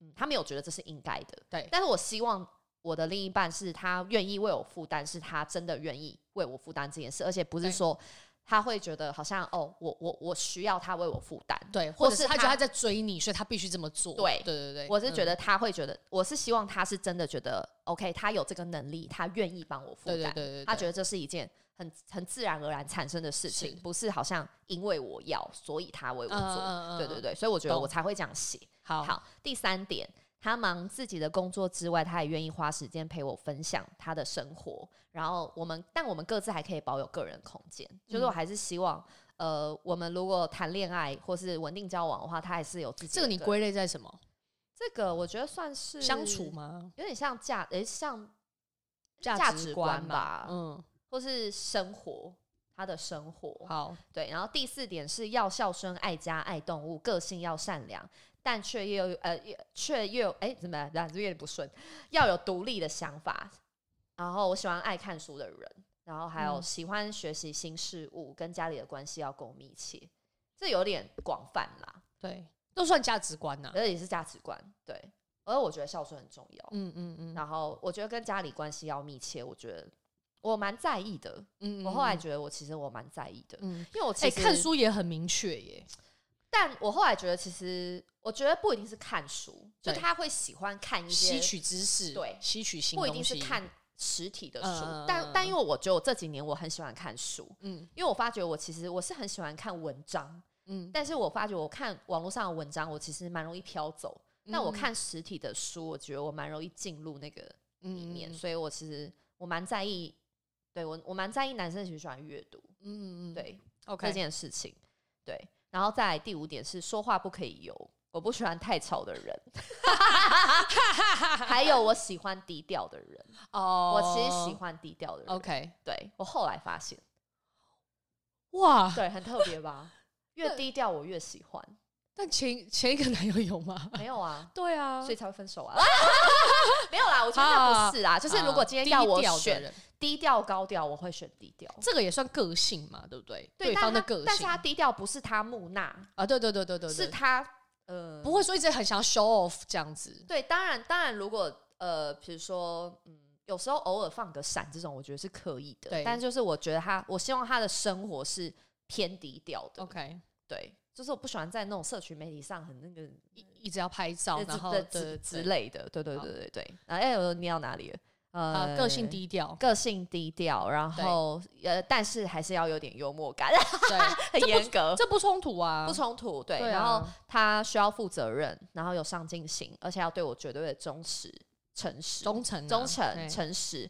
Speaker 2: 嗯，他没有觉得这是应该的。
Speaker 1: 对
Speaker 2: 但是我希望我的另一半是他愿意为我负担，是他真的愿意为我负担这件事，而且不是
Speaker 1: 对
Speaker 2: 说他会觉得好像哦，我我我需要他为我负担。
Speaker 1: 对，
Speaker 2: 或
Speaker 1: 或
Speaker 2: 是
Speaker 1: 者是他觉得
Speaker 2: 他
Speaker 1: 他在追你，所以他必须这么做。
Speaker 2: 对
Speaker 1: 对对对，
Speaker 2: 我是觉
Speaker 1: 嗯
Speaker 2: 得他会觉得，我是希望他是真的觉得，OK，他有这个能力，他愿意帮我负
Speaker 1: 对对
Speaker 2: 担，
Speaker 1: 对对，
Speaker 2: 他觉
Speaker 1: 得
Speaker 2: 得这是一件很很自然而然产生的事情
Speaker 1: 是，
Speaker 2: 不是好像因为我要，所以他为我
Speaker 1: 嗯
Speaker 2: 做，对对
Speaker 1: 对，
Speaker 2: 对，所以我觉得
Speaker 1: 懂
Speaker 2: 我才会这样写。
Speaker 1: 好
Speaker 2: 好，第三点，他忙自己的工作之外，他也愿意花时间陪我分享他的生活。然后我们，但我们各自还可以保有个人空间。
Speaker 1: 嗯
Speaker 2: 就是我还是希望，呃，我们如果谈恋爱或是稳定交往的话，他还是有自己
Speaker 1: 这个
Speaker 2: 的
Speaker 1: 你
Speaker 2: 人
Speaker 1: 归类在什么
Speaker 2: 这个我觉得算是
Speaker 1: 相处，吗？
Speaker 2: 有点像价，诶、像
Speaker 1: 价
Speaker 2: 值
Speaker 1: 观
Speaker 2: 观吧
Speaker 1: 嗯，
Speaker 2: 或是生活，他的生活。
Speaker 1: 好，
Speaker 2: 对，然后第四点是要孝顺、爱家、爱动物，个性要善良，但却又呃也却又哎、怎么样？有点不顺，要有独立的想法。然后我喜欢爱看书的人，然后还有
Speaker 1: 嗯
Speaker 2: 喜欢学习新事物，跟家里的关系要够密切。这有点广泛啦，
Speaker 1: 对，都算价值观呐。
Speaker 2: 而且也是价值观。对，而我觉得孝顺很重要。
Speaker 1: 嗯嗯嗯
Speaker 2: 然后我觉得跟家里关系要密切，我觉得我蛮在意的。
Speaker 1: 嗯嗯
Speaker 2: 我后来觉得我其实我蛮在意的，
Speaker 1: 嗯，
Speaker 2: 因为我其
Speaker 1: 哎，
Speaker 2: 实、
Speaker 1: 看，书也很明确耶。
Speaker 2: 但我后来觉得其实我觉得不一定是看书，就
Speaker 1: 对
Speaker 2: 他会喜欢看一
Speaker 1: 吸
Speaker 2: 些，
Speaker 1: 取知识，
Speaker 2: 对
Speaker 1: 吸取新
Speaker 2: 不
Speaker 1: 东
Speaker 2: 一
Speaker 1: 西，
Speaker 2: 定是看实体的书，
Speaker 1: 嗯
Speaker 2: 但但因为我觉得我这几年我很喜欢看书，
Speaker 1: 嗯
Speaker 2: 因为我发觉我其实我是很喜欢看文章，
Speaker 1: 嗯，
Speaker 2: 但是我发觉我看网络上的文章，我其实蛮容易飘走。但
Speaker 1: 嗯
Speaker 2: 我看实体的书，我觉得我蛮容易进入那个
Speaker 1: 嗯
Speaker 2: 里面，所以我其实我蛮在意，对我我蛮在意男生喜不喜欢阅读，
Speaker 1: 嗯嗯嗯，
Speaker 2: 对这
Speaker 1: ，OK，
Speaker 2: 件事情，对。然后再来第五点是说话不可以油，我不喜欢太吵的人， 还有我喜欢低调的人，
Speaker 1: 哦
Speaker 2: 我其实喜欢低调的人。
Speaker 1: ，OK，
Speaker 2: 对我后来发现，
Speaker 1: 哇，
Speaker 2: 对，很特别吧？越
Speaker 1: 对
Speaker 2: 低调我越喜欢，
Speaker 1: 但前前一个男友有吗？
Speaker 2: 没有啊，
Speaker 1: 对啊
Speaker 2: 所以才会分手啊。 没有啦，我觉得那不是啊，就是如果今天要我选低调高调，我会选低调。
Speaker 1: 这个也算个性嘛，对不对？
Speaker 2: 对，
Speaker 1: 方
Speaker 2: 但
Speaker 1: 的
Speaker 2: 他
Speaker 1: 个性，
Speaker 2: 但是他低调不是他木讷，
Speaker 1: 啊，对对对对对对，
Speaker 2: 是他呃
Speaker 1: 不会说一直很想要 show off 这样子。
Speaker 2: 对，当然，当然，如果呃，比如说，嗯，有时候偶尔放个闪这种，我觉得是可以的。
Speaker 1: 对
Speaker 2: 但就是我觉得他，我希望他的生活是偏低调的。
Speaker 1: OK，
Speaker 2: 对，就是我不喜欢在那种社群媒体上很那个
Speaker 1: 一一直要拍照，
Speaker 2: 呃
Speaker 1: 然后对
Speaker 2: 之
Speaker 1: 对
Speaker 2: 之之
Speaker 1: 对
Speaker 2: 类的。对对
Speaker 1: 好
Speaker 2: 对对对。啊，哎、我念到哪里了？
Speaker 1: 啊，
Speaker 2: 呃，，
Speaker 1: 个性。低调
Speaker 2: 个性低调，然
Speaker 1: 对
Speaker 2: 后呃，但是还是要有点幽默 感，
Speaker 1: 对，这
Speaker 2: 很
Speaker 1: 不
Speaker 2: 严格，
Speaker 1: 这不冲突啊，
Speaker 2: 不冲突。对，
Speaker 1: 对啊
Speaker 2: 然后他需要负责任，然后有上进心，而且要对我绝对的忠实、诚实、
Speaker 1: 忠诚啊，
Speaker 2: 忠
Speaker 1: 对
Speaker 2: 诚、诚实，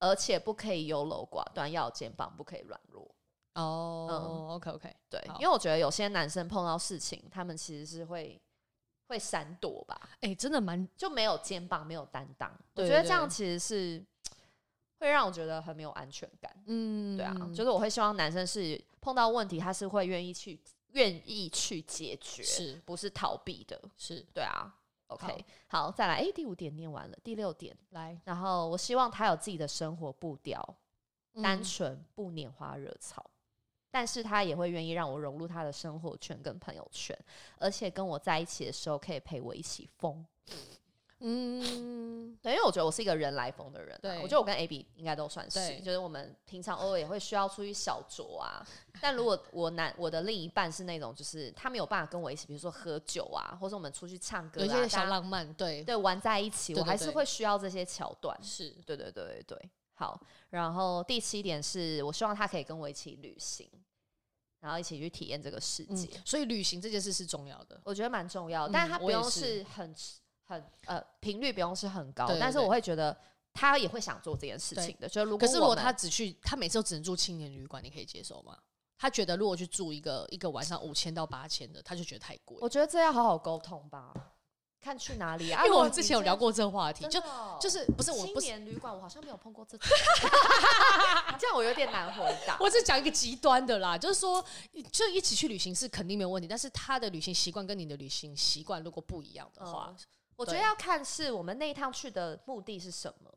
Speaker 2: 而且不可以优柔寡断，要有肩膀，不可以软弱。
Speaker 1: 哦，OK OK，
Speaker 2: 对
Speaker 1: 好，
Speaker 2: 因为我觉得有些男生碰到事情，他们其实是会会闪躲吧，
Speaker 1: 哎，真的蛮
Speaker 2: 就没有肩膀，没有担当。
Speaker 1: 对
Speaker 2: 我觉得
Speaker 1: 对
Speaker 2: 这样其实是会让我觉得很没有安全感。
Speaker 1: 嗯，
Speaker 2: 对啊，就是我会希望男生是碰到问题，他是会愿意去愿意去解决，
Speaker 1: 是
Speaker 2: 不是逃避的。
Speaker 1: 是
Speaker 2: 对啊，OK，好再来，哎、第五点念完了，第六点，
Speaker 1: 来
Speaker 2: 然后我希望他有自己的生活步调，单
Speaker 1: 嗯
Speaker 2: 纯不拈花惹草，但是他也会愿意让我融入他的生活圈跟朋友圈，而且跟我在一起的时候可以陪我一起疯。
Speaker 1: 嗯，
Speaker 2: 对，因为我觉得我是一个人来疯的人、啊，
Speaker 1: 对
Speaker 2: 我觉得我跟 AB 应该都算是
Speaker 1: 对，
Speaker 2: 就是我们平常偶尔也会需要出去小酌啊。但如果我男我的另一半是那种，就是他没有办法跟我一起，比如说喝酒啊，或者我们出去唱歌
Speaker 1: 有
Speaker 2: 啊，
Speaker 1: 一些小
Speaker 2: 大家
Speaker 1: 浪漫，对，
Speaker 2: 对玩在一起，
Speaker 1: 对
Speaker 2: 我
Speaker 1: 对
Speaker 2: 还是
Speaker 1: 对
Speaker 2: 会需要这些桥段。
Speaker 1: 是
Speaker 2: 对对对对对，好。然后第七点是我希望他可以跟我一起旅行，然后一起去体验这个世
Speaker 1: 嗯
Speaker 2: 界，，
Speaker 1: 所以旅行这件事是重要的，
Speaker 2: 我觉得蛮重要的。
Speaker 1: 嗯
Speaker 2: 但他
Speaker 1: 我
Speaker 2: 不
Speaker 1: 也
Speaker 2: 用
Speaker 1: 是
Speaker 2: 是很很呃频率不用是很高，
Speaker 1: 对对
Speaker 2: 但是
Speaker 1: 对
Speaker 2: 我会觉得他也会想做这件事
Speaker 1: 对
Speaker 2: 情的。就如
Speaker 1: 可
Speaker 2: 果
Speaker 1: 是如果
Speaker 2: 我们
Speaker 1: 他只去，他每次都只能住青年旅馆，你可以接受吗？他觉得如果去住一个一个晚上五千到八千的，他就觉得太贵。
Speaker 2: 我觉得这要好好沟通吧，看去哪里啊。
Speaker 1: 哦因为我
Speaker 2: 如果
Speaker 1: 们之前有
Speaker 2: 你
Speaker 1: 聊
Speaker 2: 今
Speaker 1: 过这个话题，
Speaker 2: 天，
Speaker 1: 就
Speaker 2: 真的哦
Speaker 1: 就是不是我
Speaker 2: 青
Speaker 1: 不是，
Speaker 2: 年旅馆，我好像没有碰 过这种，这样我有点难回答。
Speaker 1: 我只讲一个极端的啦，就是说就一起去旅行是肯定没有问题，但是他的旅行习惯跟你的旅行习惯如果不一样的话
Speaker 2: 嗯，我觉得
Speaker 1: 对
Speaker 2: 要看是我们那一趟去的目的是什么。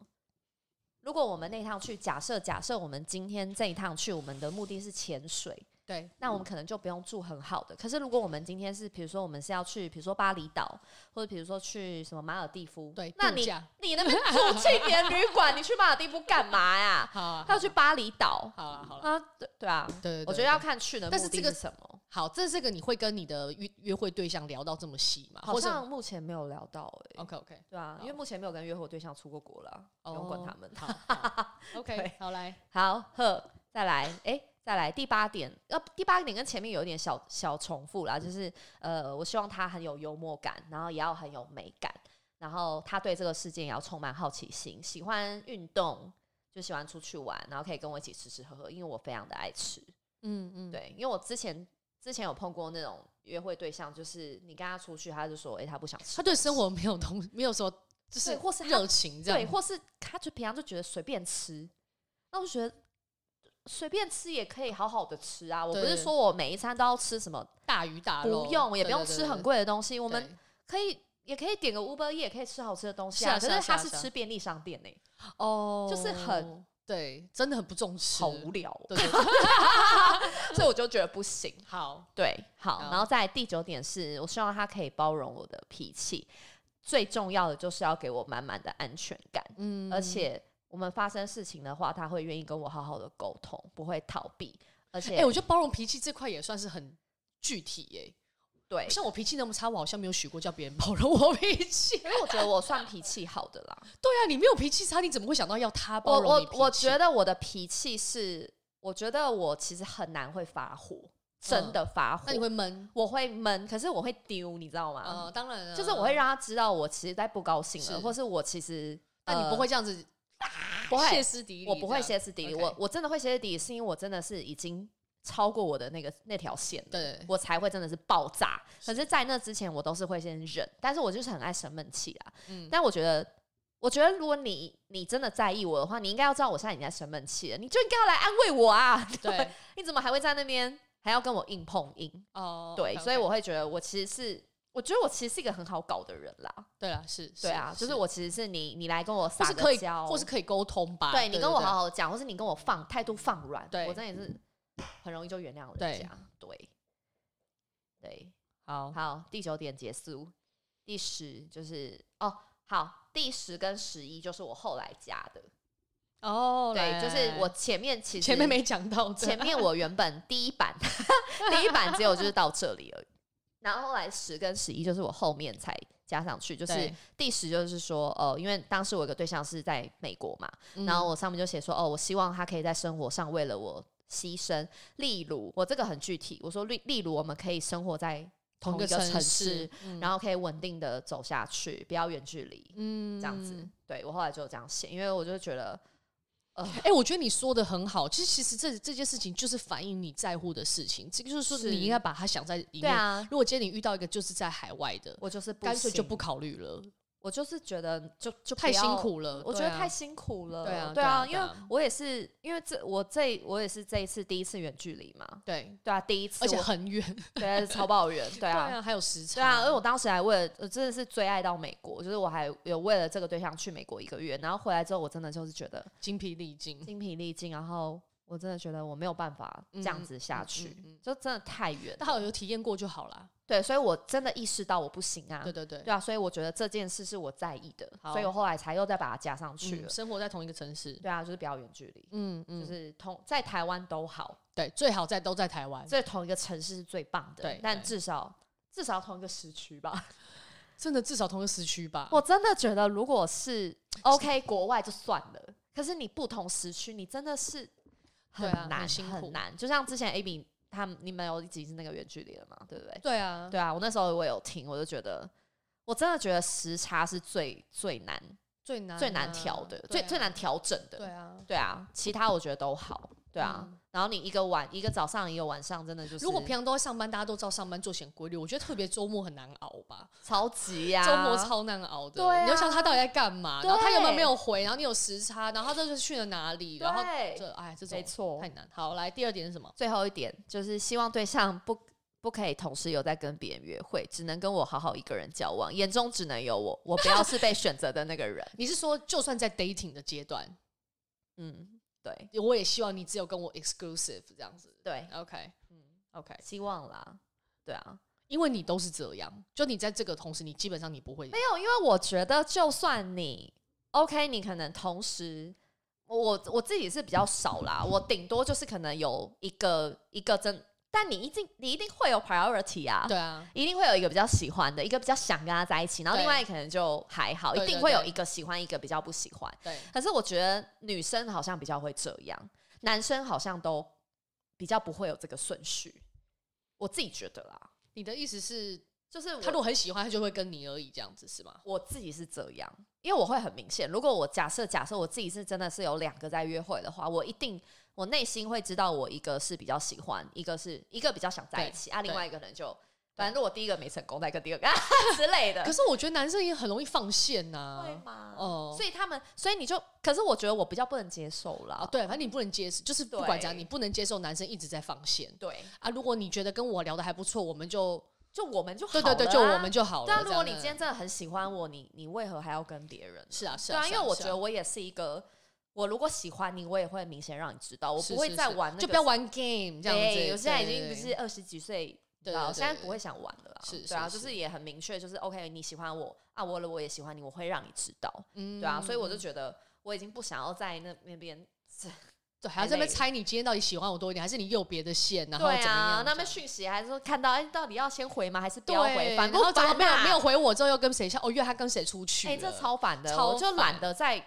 Speaker 2: 如果我们那一趟去，假设假设我们今天这一趟去，我们的目的是潜水，
Speaker 1: 对，
Speaker 2: 那我们可能就不用住很好的。可是如果我们今天是，比如说我们是要去，比如说巴厘岛，或者比如说去什么马尔蒂夫，
Speaker 1: 对
Speaker 2: 那
Speaker 1: 度
Speaker 2: 你
Speaker 1: 假
Speaker 2: 你那边住青年旅馆，你去马尔蒂夫干嘛呀？
Speaker 1: 好啊
Speaker 2: 他要去巴厘岛
Speaker 1: 好了好了，
Speaker 2: 啊？对对啊，
Speaker 1: 对对对，
Speaker 2: 我觉得要看去的
Speaker 1: 但是
Speaker 2: 目的
Speaker 1: 这个
Speaker 2: 是什么。
Speaker 1: 好，这是个你会跟你的约约会对象聊到这么细吗？
Speaker 2: 好
Speaker 1: 或者
Speaker 2: 像目前没有聊到哎、
Speaker 1: OK OK，
Speaker 2: 对啊，因为
Speaker 1: 哦好
Speaker 2: 目前没有跟约会对象出过国了，不
Speaker 1: 哦
Speaker 2: 用管他们。
Speaker 1: 好好，OK，
Speaker 2: 对
Speaker 1: 好来，
Speaker 2: 好，呵，再来，诶，再来第八点，呃，第八点跟前面有一点小小重复
Speaker 1: 嗯
Speaker 2: 啦，就是呃，我希望他很有幽默感，然后也要很有美感，然后他对这个世界也要充满好奇心，喜欢运动，就喜欢出去玩，然后可以跟我一起吃吃喝喝，因为我非常的爱吃，
Speaker 1: 嗯嗯，
Speaker 2: 对，因为我之前之前有碰过那种约会对象，就是你跟他出去，他就说，诶，他不想吃，
Speaker 1: 他对生活没有东，没有说就是
Speaker 2: 对或是他
Speaker 1: 热情这
Speaker 2: 对，
Speaker 1: 样。
Speaker 2: 或是他就平常就觉得随便吃，那我就觉得随便吃也可以好好的吃啊。我不
Speaker 1: 对
Speaker 2: 是说我每一餐都要吃什么，
Speaker 1: 大鱼大肉，
Speaker 2: 不用也
Speaker 1: 对
Speaker 2: 不用
Speaker 1: 对对
Speaker 2: 吃很
Speaker 1: 对
Speaker 2: 贵的东西，我
Speaker 1: 对
Speaker 2: 们可以也可以点个 Uber，也可以吃好吃的东西
Speaker 1: 是啊是
Speaker 2: 可
Speaker 1: 啊
Speaker 2: 是
Speaker 1: 是
Speaker 2: 他
Speaker 1: 啊
Speaker 2: 是
Speaker 1: 是啊
Speaker 2: 吃便利商店呢、
Speaker 1: 哦，
Speaker 2: 就是很
Speaker 1: 对，真的很不重视，
Speaker 2: 好无聊、哦，
Speaker 1: 对对对
Speaker 2: 所以我就觉得不行。
Speaker 1: 好，
Speaker 2: 对，好，
Speaker 1: 好
Speaker 2: 然后再来第九点是，我希望他可以包容我的脾气，最重要的就是要给我满满的安全感。
Speaker 1: 嗯
Speaker 2: 而且我们发生事情的话，他会愿意跟我好好的沟通，不会逃避，而且、
Speaker 1: 哎、我觉得包容脾气这块也算是很具体耶、
Speaker 2: 对，
Speaker 1: 像我脾气那么差，我好像没有许过叫别人包容我脾气。
Speaker 2: 因为我觉得我算脾气好的啦。
Speaker 1: 对啊，你没有脾气差，你怎么会想到要他
Speaker 2: 我
Speaker 1: 包容你
Speaker 2: 我
Speaker 1: 脾气？
Speaker 2: 我觉得我的脾气是，我觉得我其实很难会发火，真的发火，
Speaker 1: 那你会闷？
Speaker 2: 我会闷，可是我会丢，你知道吗？
Speaker 1: 呃，当然了，
Speaker 2: 就是我会，让他知道我其实在不高兴了，
Speaker 1: 是
Speaker 2: 或是我其实。
Speaker 1: 但你
Speaker 2: 呃
Speaker 1: 不会这样子，
Speaker 2: 不会
Speaker 1: 啊歇斯底里，
Speaker 2: 我不会，歇斯底里，
Speaker 1: OK
Speaker 2: 我我真的会歇斯底里，是因为我真的是已经超过我的那个那条线了，
Speaker 1: 对
Speaker 2: 我才会真的是爆炸。可是，在那之前，我都是会先忍，但是我就是很爱生闷气啦。
Speaker 1: 嗯
Speaker 2: 但我觉得，我觉得如果你你真的在意我的 话，你应该要知道我现在已经在生闷气了，你就应该要来安慰我啊！
Speaker 1: 对，
Speaker 2: 你怎么还会在那边还要跟我硬碰硬。
Speaker 1: 哦，
Speaker 2: 对
Speaker 1: OK，OK
Speaker 2: 所以我会觉得我其实是，我觉得我其实是一个很好搞的人啦。
Speaker 1: 对啦，是，
Speaker 2: 对啊，就是我其实是你，你来跟我
Speaker 1: 或
Speaker 2: 撒
Speaker 1: 是可
Speaker 2: 个
Speaker 1: 以，
Speaker 2: 娇，
Speaker 1: 或是可以沟通吧。
Speaker 2: 对你跟我好好讲，或是你跟我放态度放软，
Speaker 1: 对
Speaker 2: 我真的也是很容易就原谅人
Speaker 1: 对
Speaker 2: 家。对，对，
Speaker 1: 好，
Speaker 2: 好，第九点结束，第十就是哦，好，第十跟十一就是我后来加的，
Speaker 1: 哦，
Speaker 2: 对，
Speaker 1: 来
Speaker 2: 就是我前面其实
Speaker 1: 前面没讲到的，
Speaker 2: 前面我原本第一版 第一版只有就是到这里而已，然后后来十跟十一就是我后面才加上去，就是
Speaker 1: 对
Speaker 2: 第十就是说呃，因为当时我有个对象是在美国嘛，
Speaker 1: 嗯
Speaker 2: 然后我上面就写说，哦，我希望他可以在生活上为了我牺牲。例如，我这个很具体，我说例例如我们可以生活在同
Speaker 1: 同
Speaker 2: 一
Speaker 1: 个
Speaker 2: 个城
Speaker 1: 市
Speaker 2: 市，，嗯然后可以稳定的走下去，不要远距离
Speaker 1: 嗯
Speaker 2: 这样子。对我后来就这样写，因为我就觉得，
Speaker 1: 哎、我觉得你说的很好。其实，其实这这件事情就是反映你在乎的事情，这个就是说
Speaker 2: 是
Speaker 1: 你应该把它想在里面。
Speaker 2: 对啊，
Speaker 1: 如果今天你遇到一个就是在海外的，
Speaker 2: 我就是不
Speaker 1: 干脆就
Speaker 2: 行
Speaker 1: 不，考虑了，
Speaker 2: 我就是觉得就就不
Speaker 1: 太辛
Speaker 2: 要
Speaker 1: 苦了。
Speaker 2: 我觉
Speaker 1: 对
Speaker 2: 得
Speaker 1: 啊
Speaker 2: 太辛苦了。
Speaker 1: 对啊
Speaker 2: 对
Speaker 1: 对啊
Speaker 2: 啊，
Speaker 1: 对
Speaker 2: 因为
Speaker 1: 啊
Speaker 2: 我也是，因为这我这我也是这一次第一次远距离嘛，
Speaker 1: 对，
Speaker 2: 对啊，第一次
Speaker 1: 而
Speaker 2: 我，
Speaker 1: 且很远。
Speaker 2: 对超抱怨，对
Speaker 1: 对
Speaker 2: 啊，
Speaker 1: 啊，还有时差。
Speaker 2: 对啊，因为我当时还为了，我真的是追爱到美国，就是我还有为了这个对象去美国一个月，然后回来之后，我真的就是觉得
Speaker 1: 精疲力尽。
Speaker 2: 精疲力尽，然后我真的觉得我没有办法这样子下去，
Speaker 1: 嗯嗯嗯嗯
Speaker 2: 就真的太远
Speaker 1: 但
Speaker 2: 了。
Speaker 1: 好有体验过就好啦。
Speaker 2: 对，所以我真的意识到我不行啊
Speaker 1: 对，对对，
Speaker 2: 对啊，所以我觉得这件事是我在意的，
Speaker 1: 好
Speaker 2: 所以我后来才又再把它加上去了。
Speaker 1: 嗯，生活在同一个城市。
Speaker 2: 对啊，就是比较远距离，
Speaker 1: 嗯嗯，
Speaker 2: 就是同在台湾都好，
Speaker 1: 对，最好在都在台湾，
Speaker 2: 在同一个城市是最棒的
Speaker 1: 对，
Speaker 2: 但
Speaker 1: 对
Speaker 2: 至少至少同一个时区吧。
Speaker 1: 真的至少同一个时区吧。
Speaker 2: 我真的觉得，如果是 OK 国外就算了，可是你不同时区，你真的是很
Speaker 1: 对啊很
Speaker 2: 难、
Speaker 1: 辛苦
Speaker 2: 很难。就像之前 AB 他们，你们有一集是那个远距离了嘛，对不对？
Speaker 1: 对啊，
Speaker 2: 对啊，我那时候我有听，我就觉得，我真的觉得时差是最最难、
Speaker 1: 最难
Speaker 2: 最
Speaker 1: 啊
Speaker 2: 难调的，
Speaker 1: 对
Speaker 2: 最
Speaker 1: 啊
Speaker 2: 最难调整的。
Speaker 1: 对啊。
Speaker 2: 对啊，其他我觉得都好。对啊，
Speaker 1: 嗯
Speaker 2: 然后你一个晚一个早上一个晚上，真的就是
Speaker 1: 如果平常都在上班，大家都知道上班作息很规律，我觉得特别周末很难熬吧。
Speaker 2: 超级呀、
Speaker 1: 周末超难熬的。
Speaker 2: 啊对啊
Speaker 1: 你要想他到底在干嘛，然后他有没有
Speaker 2: 对
Speaker 1: 没有回，然后你有时差，然后他这是去了哪里，然后
Speaker 2: 对
Speaker 1: 这哎这种
Speaker 2: 没错
Speaker 1: 太，难。好，来第二点是什么？
Speaker 2: 最后一点就是希望对象不不可以同时有在跟别人约会，只能跟我好好一个人交往，眼中只能有我，我不要是被选择的那个人。
Speaker 1: 你是说，就算在 dating 的阶段，
Speaker 2: 嗯，对
Speaker 1: 我也希望你只有跟我 exclusive 这样子。
Speaker 2: 对，嗯
Speaker 1: OK，o k
Speaker 2: 希望啦，对啊，
Speaker 1: 因为你都是这样，就你在这个同时，你基本上你不会
Speaker 2: 没有，因为我觉得就算你 OK，你可能同时。我我自己是比较少啦，我顶多就是可能有一个一个真，但你一定你一定会有 priority 啊，
Speaker 1: 对啊，
Speaker 2: 一定会有一个比较喜欢的，一个比较想跟他在一起，然后
Speaker 1: 对
Speaker 2: 另外一个可能就还好，
Speaker 1: 对
Speaker 2: 一定
Speaker 1: 对
Speaker 2: 会
Speaker 1: 对
Speaker 2: 有一个喜欢，一个比较不喜欢。
Speaker 1: 对，
Speaker 2: 可是我觉得女生好像比较会这样，男生好像都比较不会有这个顺序。我自己觉得啦，
Speaker 1: 你的意思是，
Speaker 2: 就是
Speaker 1: 他如
Speaker 2: 我
Speaker 1: 果很喜欢，他就会跟你而已，这样子是吗？
Speaker 2: 我自己是这样，因为我会很明显。如果我假设假设我自己是真的是有两个在约会的话，我一定我内心会知道，我一个是比较喜欢，一个是一个比较想在一起啊，
Speaker 1: 对
Speaker 2: 另外一个可能就反正我第一个没成功，再跟第 二个、啊、之类的
Speaker 1: 可，是我觉得男生也很容易放线呐、
Speaker 2: 会吗？
Speaker 1: 哦、
Speaker 2: 所以他们，所以你就，可是我觉得我比较不能接受
Speaker 1: 啊，
Speaker 2: 啦。
Speaker 1: 对，反正你不能接受，就是不
Speaker 2: 对
Speaker 1: 管怎样，你不能接受男生一直在放线
Speaker 2: 对，
Speaker 1: 啊。如果你觉得跟我聊的还不错，我们就
Speaker 2: 就我们就好
Speaker 1: 对对对，
Speaker 2: 了啊
Speaker 1: 就我们就好了。
Speaker 2: 对
Speaker 1: 这
Speaker 2: 啊，如
Speaker 1: 样
Speaker 2: 果你
Speaker 1: 的
Speaker 2: 今天真的很喜欢我，你你为何还要跟别人呢？
Speaker 1: 是啊是
Speaker 2: 对
Speaker 1: 啊，
Speaker 2: 啊，
Speaker 1: 是
Speaker 2: 因为我
Speaker 1: 是
Speaker 2: 觉
Speaker 1: 啊
Speaker 2: 得我也是一个，我如果喜欢你，我也会明显让你知道，我
Speaker 1: 是
Speaker 2: 不会
Speaker 1: 是
Speaker 2: 再
Speaker 1: 是
Speaker 2: 玩那个，
Speaker 1: 就不要玩 game 这样
Speaker 2: 对
Speaker 1: 子。
Speaker 2: 我现在已
Speaker 1: 对
Speaker 2: 经不是，二十几岁。
Speaker 1: 对
Speaker 2: 然后
Speaker 1: 对
Speaker 2: 现在
Speaker 1: 对
Speaker 2: 不会想玩了啦，
Speaker 1: 是
Speaker 2: 对啊，
Speaker 1: 是
Speaker 2: 就是是也很明确，就是 OK，你喜欢我啊，我了我也喜欢你，我会让你知道，
Speaker 1: 嗯
Speaker 2: 对啊，所以我就觉得我已经不想要在那那边，
Speaker 1: 对，还要
Speaker 2: 太
Speaker 1: 在那边
Speaker 2: 累了
Speaker 1: 猜你今天到底喜欢我多一点，还是你有别的线，然后
Speaker 2: 对
Speaker 1: 怎么
Speaker 2: 啊
Speaker 1: 样，？
Speaker 2: 那边
Speaker 1: 这样
Speaker 2: 讯息还是说看到，哎，到底要先回吗？还是不
Speaker 1: 对，
Speaker 2: 要回？反
Speaker 1: 然后
Speaker 2: 正
Speaker 1: 怎么没有没有回我之后又跟谁下？哦，约他跟谁出去
Speaker 2: 哎、
Speaker 1: 了？
Speaker 2: 这超烦的，
Speaker 1: 超
Speaker 2: 我就懒
Speaker 1: 烦
Speaker 2: 得再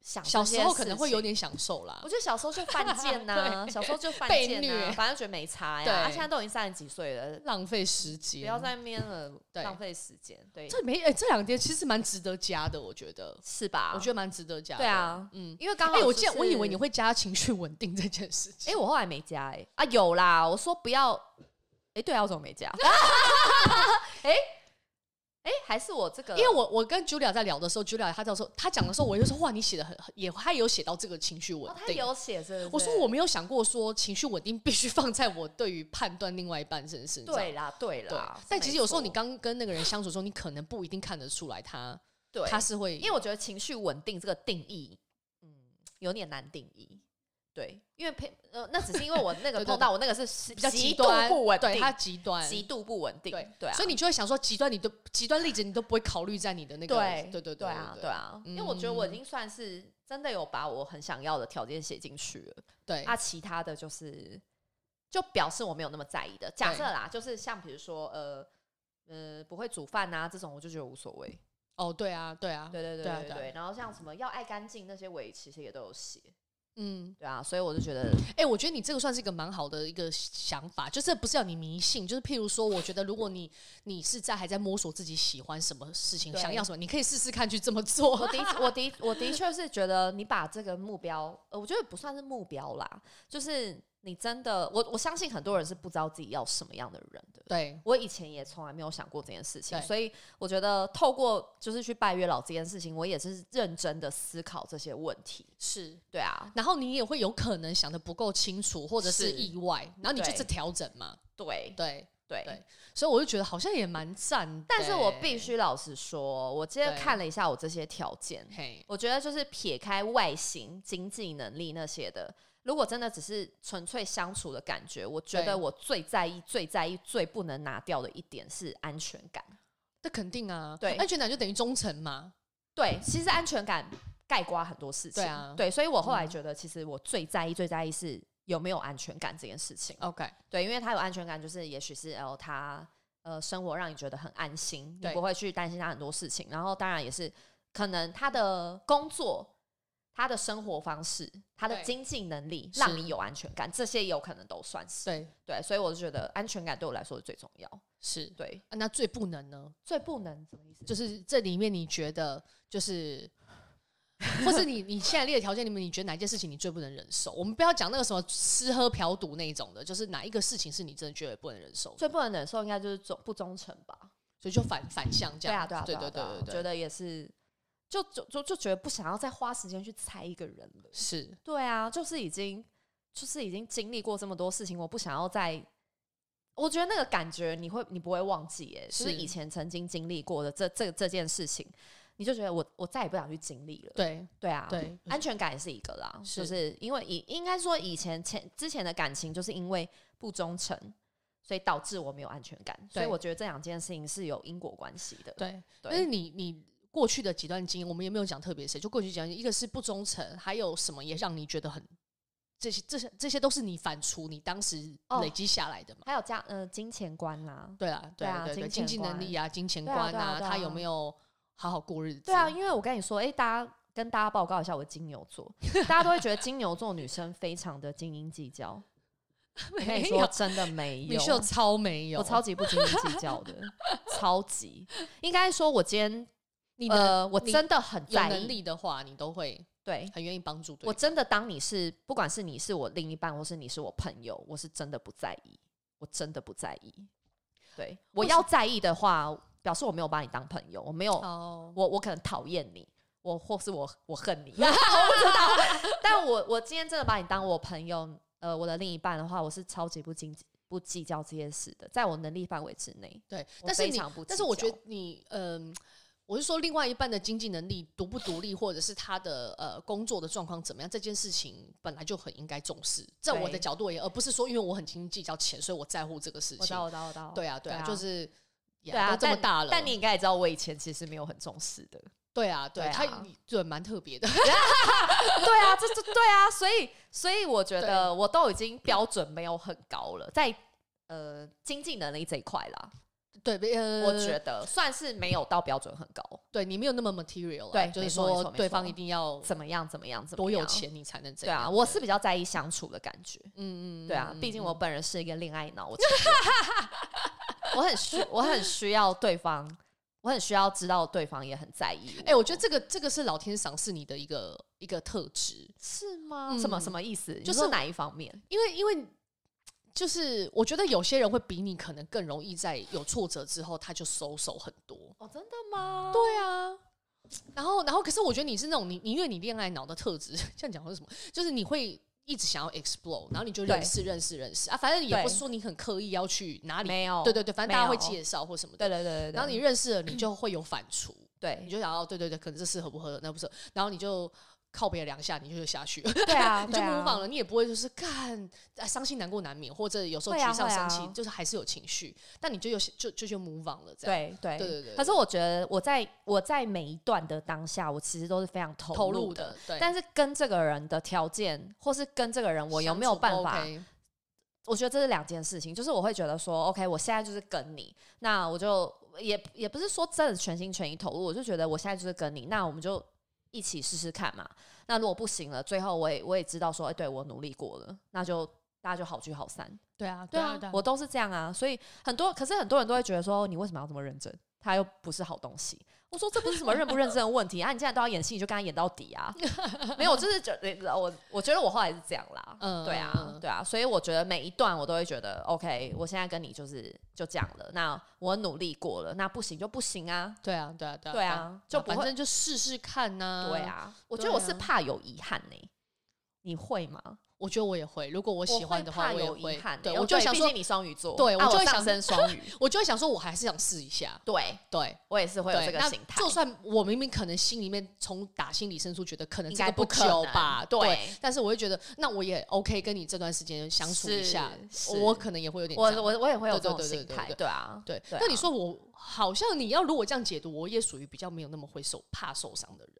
Speaker 2: 想这
Speaker 1: 小时
Speaker 2: 些
Speaker 1: 候
Speaker 2: 事
Speaker 1: 可能会有
Speaker 2: 情。
Speaker 1: 点享受啦
Speaker 2: 我。觉得小时候就犯 贱呐、
Speaker 1: 对
Speaker 2: 小时候就犯
Speaker 1: 被
Speaker 2: 贱呐、
Speaker 1: 虐
Speaker 2: 反正觉得没差
Speaker 1: 对
Speaker 2: 呀、啊。现在都已经三十几岁了，
Speaker 1: 浪费时
Speaker 2: 不
Speaker 1: 间，
Speaker 2: 要在那边了，
Speaker 1: 对
Speaker 2: 浪费时间，对，
Speaker 1: 这没哎、这两天其实蛮值得加的，我觉得，
Speaker 2: 是吧？
Speaker 1: 我觉得蛮值得加的。
Speaker 2: 啊对，啊，
Speaker 1: 嗯，
Speaker 2: 因为刚好、
Speaker 1: 哎、
Speaker 2: 就是
Speaker 1: 我记得我以为你，会加情绪稳定这件事
Speaker 2: 哎、
Speaker 1: 情，
Speaker 2: 我后来没加、
Speaker 1: 欸
Speaker 2: 哎啊 有啦，我说不要，哎、对啊，我怎么没加？哎、哎、还是我这个，
Speaker 1: 因为我我跟 Julia 在聊的时候，Julia 她在说她讲的时候，我就说哇，你写的很也，她有写到这个情绪稳
Speaker 2: 哦，他
Speaker 1: 定。
Speaker 2: 有写这，
Speaker 1: 我说我没有想过说情绪稳定必须放在我对于判断另外一半身身上。
Speaker 2: 对啦对
Speaker 1: 对
Speaker 2: 啦，
Speaker 1: 但其实有时候你
Speaker 2: 没错
Speaker 1: 刚跟那个人相处的时候，你可能不一定看得出来他
Speaker 2: 对
Speaker 1: 他是会，
Speaker 2: 因为我觉得情绪稳定这个定义，嗯，有点难定义。对，因为陪呃，那只是因为我 那个
Speaker 1: 对对
Speaker 2: 碰到我那个是是
Speaker 1: 比较
Speaker 2: 极
Speaker 1: 极
Speaker 2: 度
Speaker 1: 端，
Speaker 2: 不稳
Speaker 1: 对他
Speaker 2: 定，
Speaker 1: 极端，
Speaker 2: 极度不稳定，
Speaker 1: 对
Speaker 2: 对啊，
Speaker 1: 所以你就会想说极端你都极端例子你都不会考虑在你的那个
Speaker 2: 对
Speaker 1: 对对嗯
Speaker 2: 对啊对啊，因为我觉得我已经算是真的有把我很想要的条件写进去了，
Speaker 1: 对
Speaker 2: 啊，其他的就是就表示我没有那么在意的。假
Speaker 1: 对
Speaker 2: 设啦，就是像比如说呃呃不会煮饭啊这种，我就觉得无所谓。
Speaker 1: 哦对啊对啊
Speaker 2: 对对对
Speaker 1: 对啊
Speaker 2: 对
Speaker 1: 对啊
Speaker 2: 对，然后像什么要爱干净那些，我也其实也都有写。
Speaker 1: 嗯，
Speaker 2: 对啊，所以我就 觉得
Speaker 1: 哎、我觉得你这个算是一个蛮好的一个想法，就这不是要你迷信，就是譬如说，我觉得如果你你是在还在摸索自己喜欢什么事情，
Speaker 2: 对
Speaker 1: 想要什么，你可以试试看去这么
Speaker 2: 我
Speaker 1: 做。
Speaker 2: 的我的我的确是觉得你把这个目标，呃，我觉得不算是目标啦，就是你真的，我我相信很多人是不知道自己要什么样的人的。
Speaker 1: 对
Speaker 2: 我以前也从来没有想过这件事情，
Speaker 1: 对
Speaker 2: 所以我觉得透过就是去拜月老这件事情，我也是认真的思考这些问题。
Speaker 1: 是。
Speaker 2: 对啊，
Speaker 1: 然后你也会有可能想的不够清楚，或者是
Speaker 2: 是
Speaker 1: 意外，然后你就
Speaker 2: 对
Speaker 1: 是调整嘛，
Speaker 2: 对
Speaker 1: 对，
Speaker 2: 对
Speaker 1: 对所以我就觉得好像也蛮赞的欸。
Speaker 2: 但是我必须老实说，我今天
Speaker 1: 对
Speaker 2: 看了一下我这些条件，
Speaker 1: 嘿，
Speaker 2: 我觉得就是撇开外形、经济能力那些的，如果真的只是纯粹相处的感觉，我觉
Speaker 1: 对
Speaker 2: 得我最在意、最在意、最不能拿掉的一点是安全感。
Speaker 1: 这肯定啊，
Speaker 2: 对
Speaker 1: 安全感就等于忠诚嘛，
Speaker 2: 对，其实安全感盖刮很多事情。
Speaker 1: 对啊
Speaker 2: 所以我后来觉得，其实我最在意、最在意是有没有安全感这件事情。
Speaker 1: OK，
Speaker 2: 对，因为他有安全感，就是也许是哦，他呃生活让你觉得很安心，你
Speaker 1: 对
Speaker 2: 不会去担心他很多事情。然后当然也是可能他的工作、他的生活方式、他的
Speaker 1: 对
Speaker 2: 经济能力
Speaker 1: 是
Speaker 2: 让你有安全感，这些有可能都算是
Speaker 1: 对，
Speaker 2: 对。所以我就觉得安全感对我来说是最重要。
Speaker 1: 是。
Speaker 2: 对，
Speaker 1: 啊那最不能呢，
Speaker 2: 最不能什么意思？
Speaker 1: 就是这里面你觉得就是，或是你你现在列的条件里面，你觉得哪一件事情你最不能忍受？我们不要讲那个什么吃喝嫖赌那一种的，就是哪一个事情是你真的觉得不能忍受的，
Speaker 2: 最不能忍受应该就是忠不忠诚吧？
Speaker 1: 所以就反反向这
Speaker 2: 对啊，
Speaker 1: 样。
Speaker 2: 对啊，
Speaker 1: 对
Speaker 2: 啊
Speaker 1: 对
Speaker 2: 啊
Speaker 1: 对对
Speaker 2: 觉
Speaker 1: 对，
Speaker 2: 得也是，就就就就觉得不想要再花时间去猜一个人了。
Speaker 1: 是
Speaker 2: 对啊，就是已经就是已经经历过这么多事情，我不想要再。我觉得那个感觉你会你不会忘记耶，就是
Speaker 1: 是
Speaker 2: 以前曾经经历过的这这这件事情，你就觉得我我再也不想去经历了。
Speaker 1: 对
Speaker 2: 对啊，
Speaker 1: 对
Speaker 2: 安全感也是一个啦，
Speaker 1: 是
Speaker 2: 就是因为以应该说以前前之前的感情就是因为不忠诚，所以导致我没有安全感，所
Speaker 1: 对
Speaker 2: 以我觉得这两件事情是有因果关系的。
Speaker 1: 对，但是
Speaker 2: 对
Speaker 1: 你你。过去的几段经验，我们也没有讲特别谁，就过去讲，一个是不忠诚，还有什么也让你觉得很，这些这些这些都是你反刍你当时
Speaker 2: 哦
Speaker 1: 累积下来的嘛。
Speaker 2: 还有家呃金钱观啦、
Speaker 1: 对啊，
Speaker 2: 对
Speaker 1: 对
Speaker 2: 啊
Speaker 1: 对对，
Speaker 2: 金
Speaker 1: 经
Speaker 2: 钱
Speaker 1: 济
Speaker 2: 观
Speaker 1: 能力啊，金钱
Speaker 2: 对啊
Speaker 1: 观
Speaker 2: 对啊对
Speaker 1: 他
Speaker 2: 啊
Speaker 1: 有没有好好过日子？
Speaker 2: 对啊，， 因为我跟你说，哎、大家跟大家报告一下，我金牛座， 大家都会觉得金牛座女生非常的斤斤计较。我跟你说，真的没
Speaker 1: 米
Speaker 2: 有，
Speaker 1: 秀超没有，
Speaker 2: 我超级不斤斤计较的，超级。应该说，我今天
Speaker 1: 你的
Speaker 2: 呃，我
Speaker 1: 你
Speaker 2: 真的很
Speaker 1: 有
Speaker 2: 在
Speaker 1: 能
Speaker 2: 意，
Speaker 1: 力的话，你都会
Speaker 2: 对
Speaker 1: 很愿意帮助对
Speaker 2: 我
Speaker 1: 方。
Speaker 2: 真的当你是，不管是你是我另一半，或是你是我朋友，我是真的不在意，我真的不在意。对，我
Speaker 1: 为
Speaker 2: 要在意的话，表示我没有把你当朋友，我没有
Speaker 1: 哦，
Speaker 2: 我我可能讨厌你，我或是我我恨你，我 不知道。但我我今天真的把你当我朋友，呃，我的另一半的话，我是超级不经不计较这些事的，在我能力范围之内。
Speaker 1: 对，
Speaker 2: 我
Speaker 1: 但是
Speaker 2: 非
Speaker 1: 你
Speaker 2: 常不，
Speaker 1: 但是
Speaker 2: 计
Speaker 1: 我
Speaker 2: 较
Speaker 1: 觉得你，嗯。我是说，另外一半的经济能力独不独立，或者是他的呃工作的状况怎么样，这件事情本来就很应该重视。在我的
Speaker 2: 对
Speaker 1: 角度而言，而不是说因为我很斤斤计较钱，所以我在乎这个事
Speaker 2: 我知
Speaker 1: 情
Speaker 2: 道，。我知道，我知道。
Speaker 1: 对啊，对
Speaker 2: 对
Speaker 1: 啊，
Speaker 2: 啊
Speaker 1: 就是也
Speaker 2: 对啊，
Speaker 1: 都这么
Speaker 2: 但
Speaker 1: 大了，
Speaker 2: 但你应该也知道，我以前其实没有很重视的。
Speaker 1: 对啊，对，
Speaker 2: 对啊
Speaker 1: 他对蛮特别的，
Speaker 2: 对啊，这这对啊，所以所以我觉得我都已经标准没有很高了，在呃经济能力这一块啦，
Speaker 1: 对，呃，
Speaker 2: 我觉得算是没有到标准很高。
Speaker 1: 对你没有那么 material，啦
Speaker 2: 对
Speaker 1: 就是
Speaker 2: 没错没
Speaker 1: 说
Speaker 2: 错没
Speaker 1: 对方
Speaker 2: 错
Speaker 1: 一定要
Speaker 2: 怎么样？怎么样？怎么
Speaker 1: 多有
Speaker 2: 样
Speaker 1: 钱你才能这
Speaker 2: 对啊，
Speaker 1: 样，
Speaker 2: 我是比较在意相处的感觉。
Speaker 1: 嗯嗯，
Speaker 2: 对啊
Speaker 1: 嗯，
Speaker 2: 毕竟
Speaker 1: 嗯
Speaker 2: 我本人是一 个恋爱脑，我承认我很需我很需要对方，我很需要知道对方也很在意我。
Speaker 1: 哎、我觉得这个这个是老天赏赐你的一个一个特质，
Speaker 2: 是吗
Speaker 1: 嗯
Speaker 2: 什么什么意思？
Speaker 1: 就是
Speaker 2: 你说哪一方面？
Speaker 1: 因为因为就是我觉得有些人会比你可能更容易在有挫折之后，他就收手很多。
Speaker 2: 哦，真的吗？
Speaker 1: 对啊。然后，然后，可是我觉得你是那种你，你因为你恋爱脑的特质， 这样讲是什么？就是你会一直想要 explore，然后你就认识、认识、认识啊，反正也
Speaker 2: 对
Speaker 1: 不是说你很刻意要去哪里，
Speaker 2: 没有，
Speaker 1: 对对对，反正大家
Speaker 2: 哦没
Speaker 1: 会
Speaker 2: 有
Speaker 1: 介绍或什么的。
Speaker 2: 对对对对对
Speaker 1: 然后你认识了，你就会有反刍，你
Speaker 2: 对
Speaker 1: 就想要对对对，可能这适合不合，那不是，然后你就靠别两下，你就下去了。
Speaker 2: 对啊，
Speaker 1: 你就
Speaker 2: 对啊
Speaker 1: 模仿了，你也不会就是干啊伤心难过难免，或者有时候
Speaker 2: 会
Speaker 1: 沮
Speaker 2: 啊
Speaker 1: 丧
Speaker 2: 会
Speaker 1: 生
Speaker 2: 啊
Speaker 1: 气，就是还是有情绪，但你就有就就就 move on 了，这样
Speaker 2: 对对
Speaker 1: 对对对
Speaker 2: 可是我觉得我在我在每一段的当下，我其实都是非常投
Speaker 1: 投
Speaker 2: 入
Speaker 1: 入
Speaker 2: 的。
Speaker 1: 的，对，
Speaker 2: 但是跟这个人的条件，或是跟这个人我有没有办法，
Speaker 1: 相处不哦 OK
Speaker 2: 我觉得这是两件事情。就是我会觉得说，OK，我现在就是跟你，那我就也也不是说真的全心全意投入，我就觉得我现在就是跟你，那我们就一起试试看嘛。那如果不行了，最后我也我也知道说，哎、对我努力过了，那就大家就好聚好散。
Speaker 1: 对啊，
Speaker 2: 对
Speaker 1: 对
Speaker 2: 啊
Speaker 1: 啊，，
Speaker 2: 我都是这样啊，所以很多，可是很多人都会觉得说，你为什么要这么认真？他又不是好东西。我说这不是什么认不认真的问题啊，你既然都要演戏，你就跟他演到底啊。没有，我就是觉得呃我我觉得我后来是这样啦，
Speaker 1: 嗯
Speaker 2: 对啊
Speaker 1: 嗯，
Speaker 2: 对啊，所以我觉得每一段我都会觉得 OK，我现在跟你就是就这样了，那我努力过了，那不行就不行啊，
Speaker 1: 对啊，对啊，对啊，
Speaker 2: 对啊，就不
Speaker 1: 反
Speaker 2: 会，
Speaker 1: 正就试试看呐，
Speaker 2: 对，啊，我觉得我是
Speaker 1: 对啊
Speaker 2: 怕有遗憾呢、你会吗？
Speaker 1: 我觉得我也会，如果我
Speaker 2: 我
Speaker 1: 喜欢的话，
Speaker 2: 会
Speaker 1: 我
Speaker 2: 怕
Speaker 1: 也
Speaker 2: 有遗
Speaker 1: 会
Speaker 2: 憾欸，
Speaker 1: 对
Speaker 2: 哦
Speaker 1: 我就想
Speaker 2: 毕
Speaker 1: 说
Speaker 2: 竟，你双鱼座，
Speaker 1: 对
Speaker 2: 啊
Speaker 1: 我就会
Speaker 2: 上
Speaker 1: 想
Speaker 2: 升双鱼，
Speaker 1: 我就会想说，我还是想试一下，
Speaker 2: 对。
Speaker 1: 对。
Speaker 2: 我也是会有
Speaker 1: 对，
Speaker 2: 这个
Speaker 1: 那
Speaker 2: 心态，
Speaker 1: 就算我明明可能心里面从打心里深处觉得可能
Speaker 2: 应
Speaker 1: 这
Speaker 2: 该
Speaker 1: 个
Speaker 2: 不可
Speaker 1: 久
Speaker 2: 能
Speaker 1: 吧，
Speaker 2: 对
Speaker 1: 但是我会觉得那我也 OK 跟你这段时间相处一下
Speaker 2: 是，是
Speaker 1: 我可能也会有点
Speaker 2: 我
Speaker 1: 这样
Speaker 2: 我我也会有
Speaker 1: 对
Speaker 2: 这种
Speaker 1: 对对
Speaker 2: 心
Speaker 1: 对
Speaker 2: 态，
Speaker 1: 对
Speaker 2: 对啊，
Speaker 1: 对。
Speaker 2: 啊
Speaker 1: 那你说我好像你要如果这样解读，我也属于比较没有那么会受怕受伤的人。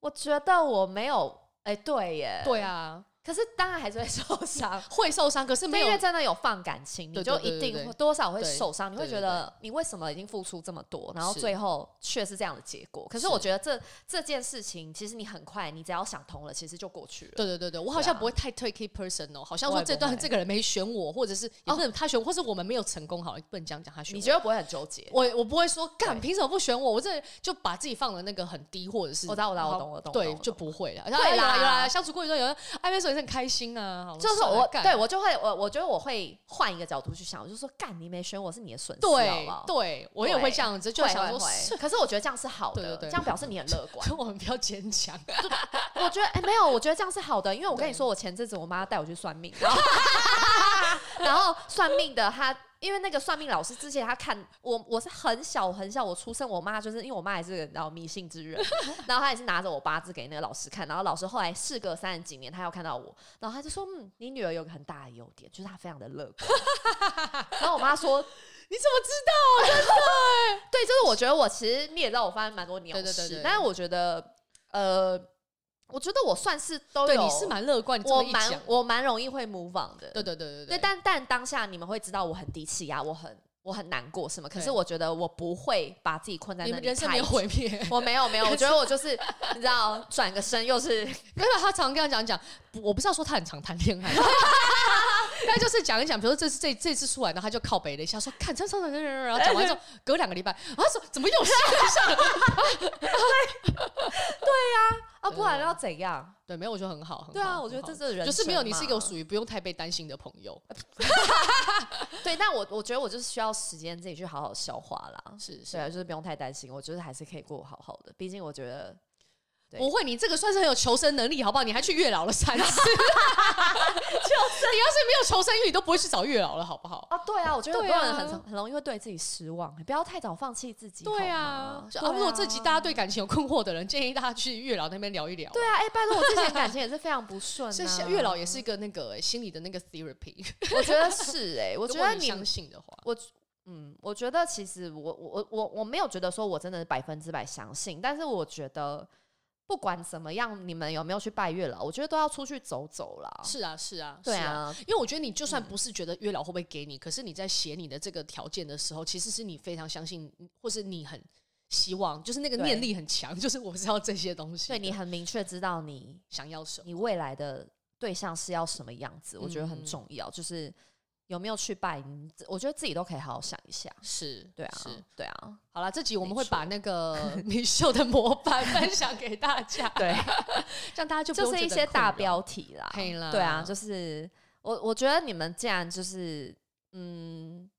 Speaker 2: 我觉得我没有，哎，对耶，
Speaker 1: 对，啊，，
Speaker 2: 可是当然还是会 受伤
Speaker 1: 会受伤，可是
Speaker 2: 没
Speaker 1: 没
Speaker 2: 有，因为
Speaker 1: 有
Speaker 2: 真的有放感情，你
Speaker 1: 对
Speaker 2: 就
Speaker 1: 对对对
Speaker 2: 一定
Speaker 1: 对
Speaker 2: 会多少会
Speaker 1: 对
Speaker 2: 受伤，你会
Speaker 1: 对
Speaker 2: 觉
Speaker 1: 对
Speaker 2: 得你为什么已经付出这么多，然后
Speaker 1: 是
Speaker 2: 最后却是这样的结果。可是
Speaker 1: 是
Speaker 2: 我觉得这这件事情，其实你很快，你只要想通了，其实就过去了。
Speaker 1: 对对对对，我好像
Speaker 2: 对啊
Speaker 1: 不会太 take it person 哦，好像
Speaker 2: 我
Speaker 1: 说
Speaker 2: 也
Speaker 1: 这
Speaker 2: 不会哦
Speaker 1: 段这个人没选我，或者是也不能他选我，或是我们没有成功，好了，不能这样讲他选
Speaker 2: 你
Speaker 1: 我。
Speaker 2: 绝对不会很纠结。
Speaker 1: 我我不会说干，
Speaker 2: 对
Speaker 1: 凭什么不选我？我这就把自己放的那个很低，或者是
Speaker 2: 我知道，我知道，我
Speaker 1: 好
Speaker 2: 懂，我懂，我
Speaker 1: 对，
Speaker 2: 懂
Speaker 1: 就不会了。
Speaker 2: 啦
Speaker 1: 有啦哎有啦，相处过一段，有人暧昧时候也是很开心啊，好
Speaker 2: 就是
Speaker 1: 算了
Speaker 2: 我
Speaker 1: 干
Speaker 2: 对我就会我我觉得我会换一个角度去想，我就说干你没选我是你的损失，好不
Speaker 1: 对
Speaker 2: 好？
Speaker 1: 对，我也
Speaker 2: 对
Speaker 1: 会这样子，就
Speaker 2: 会
Speaker 1: 想
Speaker 2: 会
Speaker 1: 说
Speaker 2: 会，
Speaker 1: 是，
Speaker 2: 可是我觉得这样是好的，
Speaker 1: 对对对
Speaker 2: 这样表示你很乐观
Speaker 1: 可。 我们比较坚强，
Speaker 2: 我觉得哎、没有，我觉得这样是好的，因为我跟你
Speaker 1: 对
Speaker 2: 说，我前阵子我妈带我去算命，然后然后算命的她。因为那个算命老师之前他看我，我是很小很小，我出生，我妈就是因为我妈也是个然后迷信之 人，然后她也是拿着我八字给那个老师看，然后老师后来事隔三十几年，她又看到我，然后她就说，嗯，你女儿有个很大的优点，就是她非常的乐观。 然后我妈说，
Speaker 1: 你怎么知道？
Speaker 2: 对，就是我觉得我其实你也知道，我发生蛮多鸟事，
Speaker 1: 对对对对
Speaker 2: 但是我觉得，呃，我觉得我算是都有，
Speaker 1: 对，你是蛮乐观，你这
Speaker 2: 我
Speaker 1: 么一
Speaker 2: 蛮
Speaker 1: 讲，
Speaker 2: 我蛮容易会模仿的，
Speaker 1: 对对对对
Speaker 2: 对，但但当下你们会知道我很低气压，我很我很难过什么，可是
Speaker 1: 对
Speaker 2: 我觉得我不会把自己困在
Speaker 1: 你
Speaker 2: 那
Speaker 1: 们
Speaker 2: 里
Speaker 1: 人生没
Speaker 2: 太
Speaker 1: 有
Speaker 2: 久。
Speaker 1: 毁灭，
Speaker 2: 我没有没有，我觉得我就是你知道，转个身又 是
Speaker 1: 没有，他常跟他讲讲，不我不是要说他很常谈恋 爱，但就是讲一讲，比如说这次这这次出来，然后他就靠北了一下，说看，这这这这，然后讲完之后，隔两个礼拜，啊，说怎么又是？
Speaker 2: 啊，不然要怎样？
Speaker 1: 对，没有，我觉得很好，很好
Speaker 2: 对啊，我
Speaker 1: 很
Speaker 2: 觉得
Speaker 1: 好
Speaker 2: 这是哦人生嘛，
Speaker 1: 就是没有，你是一个属于不用太被担心的朋友，
Speaker 2: 对，但我我觉得我就是需要时间自己去好好消化啦。
Speaker 1: 是
Speaker 2: 对啊，
Speaker 1: 是，
Speaker 2: 就是不用太担心，我觉得还是可以过好好的。毕竟我觉得对
Speaker 1: 不会，你这个算是很有求生能力，好不好？你还去月老了三次， 求生，你要是没有求生欲，你都不会去找月老了，好不好？
Speaker 2: 啊，对啊，我觉得很
Speaker 1: 对
Speaker 2: 多人
Speaker 1: 啊
Speaker 2: 很、很容易会对自己失望，不要太早放弃自己。
Speaker 1: 对
Speaker 2: 好
Speaker 1: 啊
Speaker 2: 吗，
Speaker 1: 就啊，如果这集大家对感情有困惑的人，建议大家去月老那边聊一聊。
Speaker 2: 对啊，哎、拜托，我之前感情也是非常不顺、啊。
Speaker 1: 所以像月老也 是一个那个、欸心理的那个 therapy，
Speaker 2: 我觉得是哎、 我
Speaker 1: 我
Speaker 2: 觉得
Speaker 1: 你
Speaker 2: 你
Speaker 1: 相信的话，
Speaker 2: 我嗯，我觉得其实我我我我我没有觉得说我真的是百分之百相信，但是我觉得不管怎么样，你们有没有去拜月老，我觉得都要出去走走啦。
Speaker 1: 是啊是啊，
Speaker 2: 对
Speaker 1: 是啊。
Speaker 2: 啊，
Speaker 1: 因为我觉得你就算不是觉得月老会不会给你，可是你在写你的这个条件的时候，其实是你非常相信，或是你很希望，就是那个
Speaker 2: 对
Speaker 1: 念力很强， 就是我知道这些东西的，
Speaker 2: 对你很明确知道你
Speaker 1: 想要什么。
Speaker 2: 你未来的对象是要什么样子，我觉得很
Speaker 1: 嗯
Speaker 2: 重要。就是有没有去拜，你自我觉得自己都可以好好想一下。
Speaker 1: 是，
Speaker 2: 对啊
Speaker 1: 是。，
Speaker 2: 对啊，
Speaker 1: 好啦，这集我们
Speaker 2: 没
Speaker 1: 会
Speaker 2: 错
Speaker 1: 把那个 米秀的模板分享给大家，
Speaker 2: 对，
Speaker 1: 让大家就不
Speaker 2: 就
Speaker 1: 用
Speaker 2: 是
Speaker 1: 觉
Speaker 2: 一
Speaker 1: 得
Speaker 2: 些
Speaker 1: 困
Speaker 2: 大
Speaker 1: 扰。
Speaker 2: 标题啦，
Speaker 1: 嘿啦
Speaker 2: 啊对啊，就是。我我觉得你们既然就是嗯，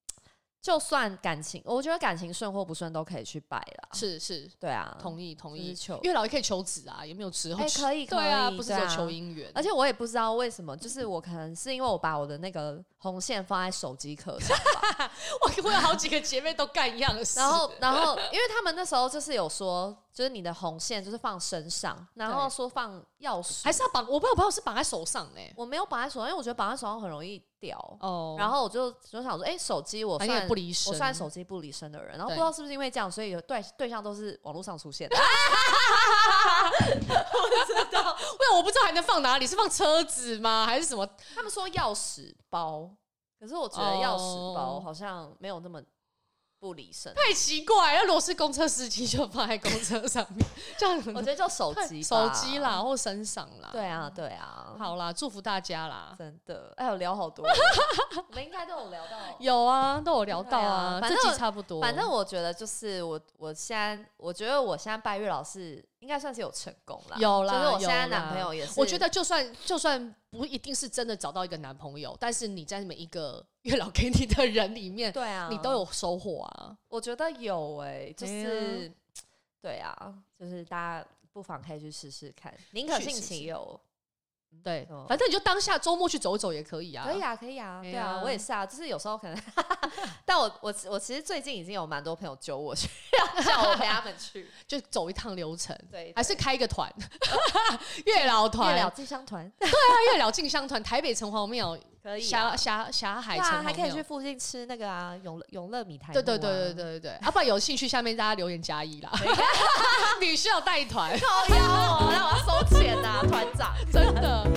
Speaker 2: 就算感情，我觉得感情顺或不顺都可以去拜啦。
Speaker 1: 是是，
Speaker 2: 对啊，
Speaker 1: 同意同
Speaker 2: 就是
Speaker 1: 意
Speaker 2: 求，
Speaker 1: 月老也可以求子啊，也没有之后
Speaker 2: 哎、可以，
Speaker 1: 对啊，
Speaker 2: 可以
Speaker 1: 不是只
Speaker 2: 对
Speaker 1: 有
Speaker 2: 啊
Speaker 1: 求姻缘，
Speaker 2: 而且我也不知道为什么，就是我可能是因为我把我的那个红线放在手机 壳上，
Speaker 1: 我我有好几个姐妹都干一样的事，
Speaker 2: 然后 然后因为他们那时候就是有说，就是你的红线就是放身上，然后
Speaker 1: 对
Speaker 2: 说放钥匙，
Speaker 1: 还是要绑，我朋友朋友是绑在手上哎、
Speaker 2: 我没有绑在手上，因为我觉得绑在手上很容易掉。
Speaker 1: 哦
Speaker 2: 然后我就就想说，哎、手机我
Speaker 1: 反正
Speaker 2: 算
Speaker 1: 也不离身，
Speaker 2: 我算手机不离身的人，然后
Speaker 1: 对
Speaker 2: 不知道是不是因为这样，所以有对对象都是网络上出现的。
Speaker 1: 为啊我不知道还能放哪里，是放车子吗？还是什么？
Speaker 2: 他们说钥匙包，可是我觉得钥匙包
Speaker 1: 哦
Speaker 2: 好像没有那么不离身。
Speaker 1: 太奇怪了！如果是公车司机，就放在公车上面，这样很
Speaker 2: 我觉得就手
Speaker 1: 太
Speaker 2: 机，
Speaker 1: 手机。啦，或身上啦。
Speaker 2: 对，啊，对啊，
Speaker 1: 好啦，祝福大家啦。
Speaker 2: 真的，哎呦，聊 好多，我们应该都有聊到。
Speaker 1: 有啊，都有聊到
Speaker 2: 对啊
Speaker 1: 啊，
Speaker 2: 反
Speaker 1: 这
Speaker 2: 正
Speaker 1: 集差不多。
Speaker 2: 反正我觉得就是我，我现在我觉得我现在拜月老是应该算是有成功了，
Speaker 1: 有啦
Speaker 2: 就是我现在
Speaker 1: 有啦
Speaker 2: 男朋友也是，
Speaker 1: 我觉得就算就算不一定是真的找到一个男朋友，但是你在每一个月老给你的人里面，
Speaker 2: 对啊，
Speaker 1: 你都，有收获啊。
Speaker 2: 我觉得有哎、就是、
Speaker 1: 对
Speaker 2: 对啊，就是大家不妨可以去试试看，宁可
Speaker 1: 去
Speaker 2: 信
Speaker 1: 试
Speaker 2: 其
Speaker 1: 试
Speaker 2: 有，
Speaker 1: 对
Speaker 2: 哦，
Speaker 1: 反正你就当下周末去走一走也可以啊。
Speaker 2: 可以啊，可以啊，对
Speaker 1: 哎
Speaker 2: 啊
Speaker 1: 呀，
Speaker 2: 我也是啊，就是有时候可能， 但我我我其实最近已经有蛮多朋友揪我去，叫我陪他们去，
Speaker 1: 就走一趟流程，
Speaker 2: 对，
Speaker 1: 还是开一个 团，月老团
Speaker 2: 月，老进香团
Speaker 1: 对啊，月老进香团，台北城隍庙、
Speaker 2: 可以啊，
Speaker 1: 霞霞霞海
Speaker 2: 对
Speaker 1: 城隍
Speaker 2: 啊，
Speaker 1: 庙，
Speaker 2: 还可以去附近吃那个啊永乐永乐米苔、
Speaker 1: 对对对对对，对 对，啊，不然有兴趣下面大家留言加一啦。 女需要带团，
Speaker 2: 靠腰哦，让我要收钱呐、啊，团长。
Speaker 1: 真的。嗯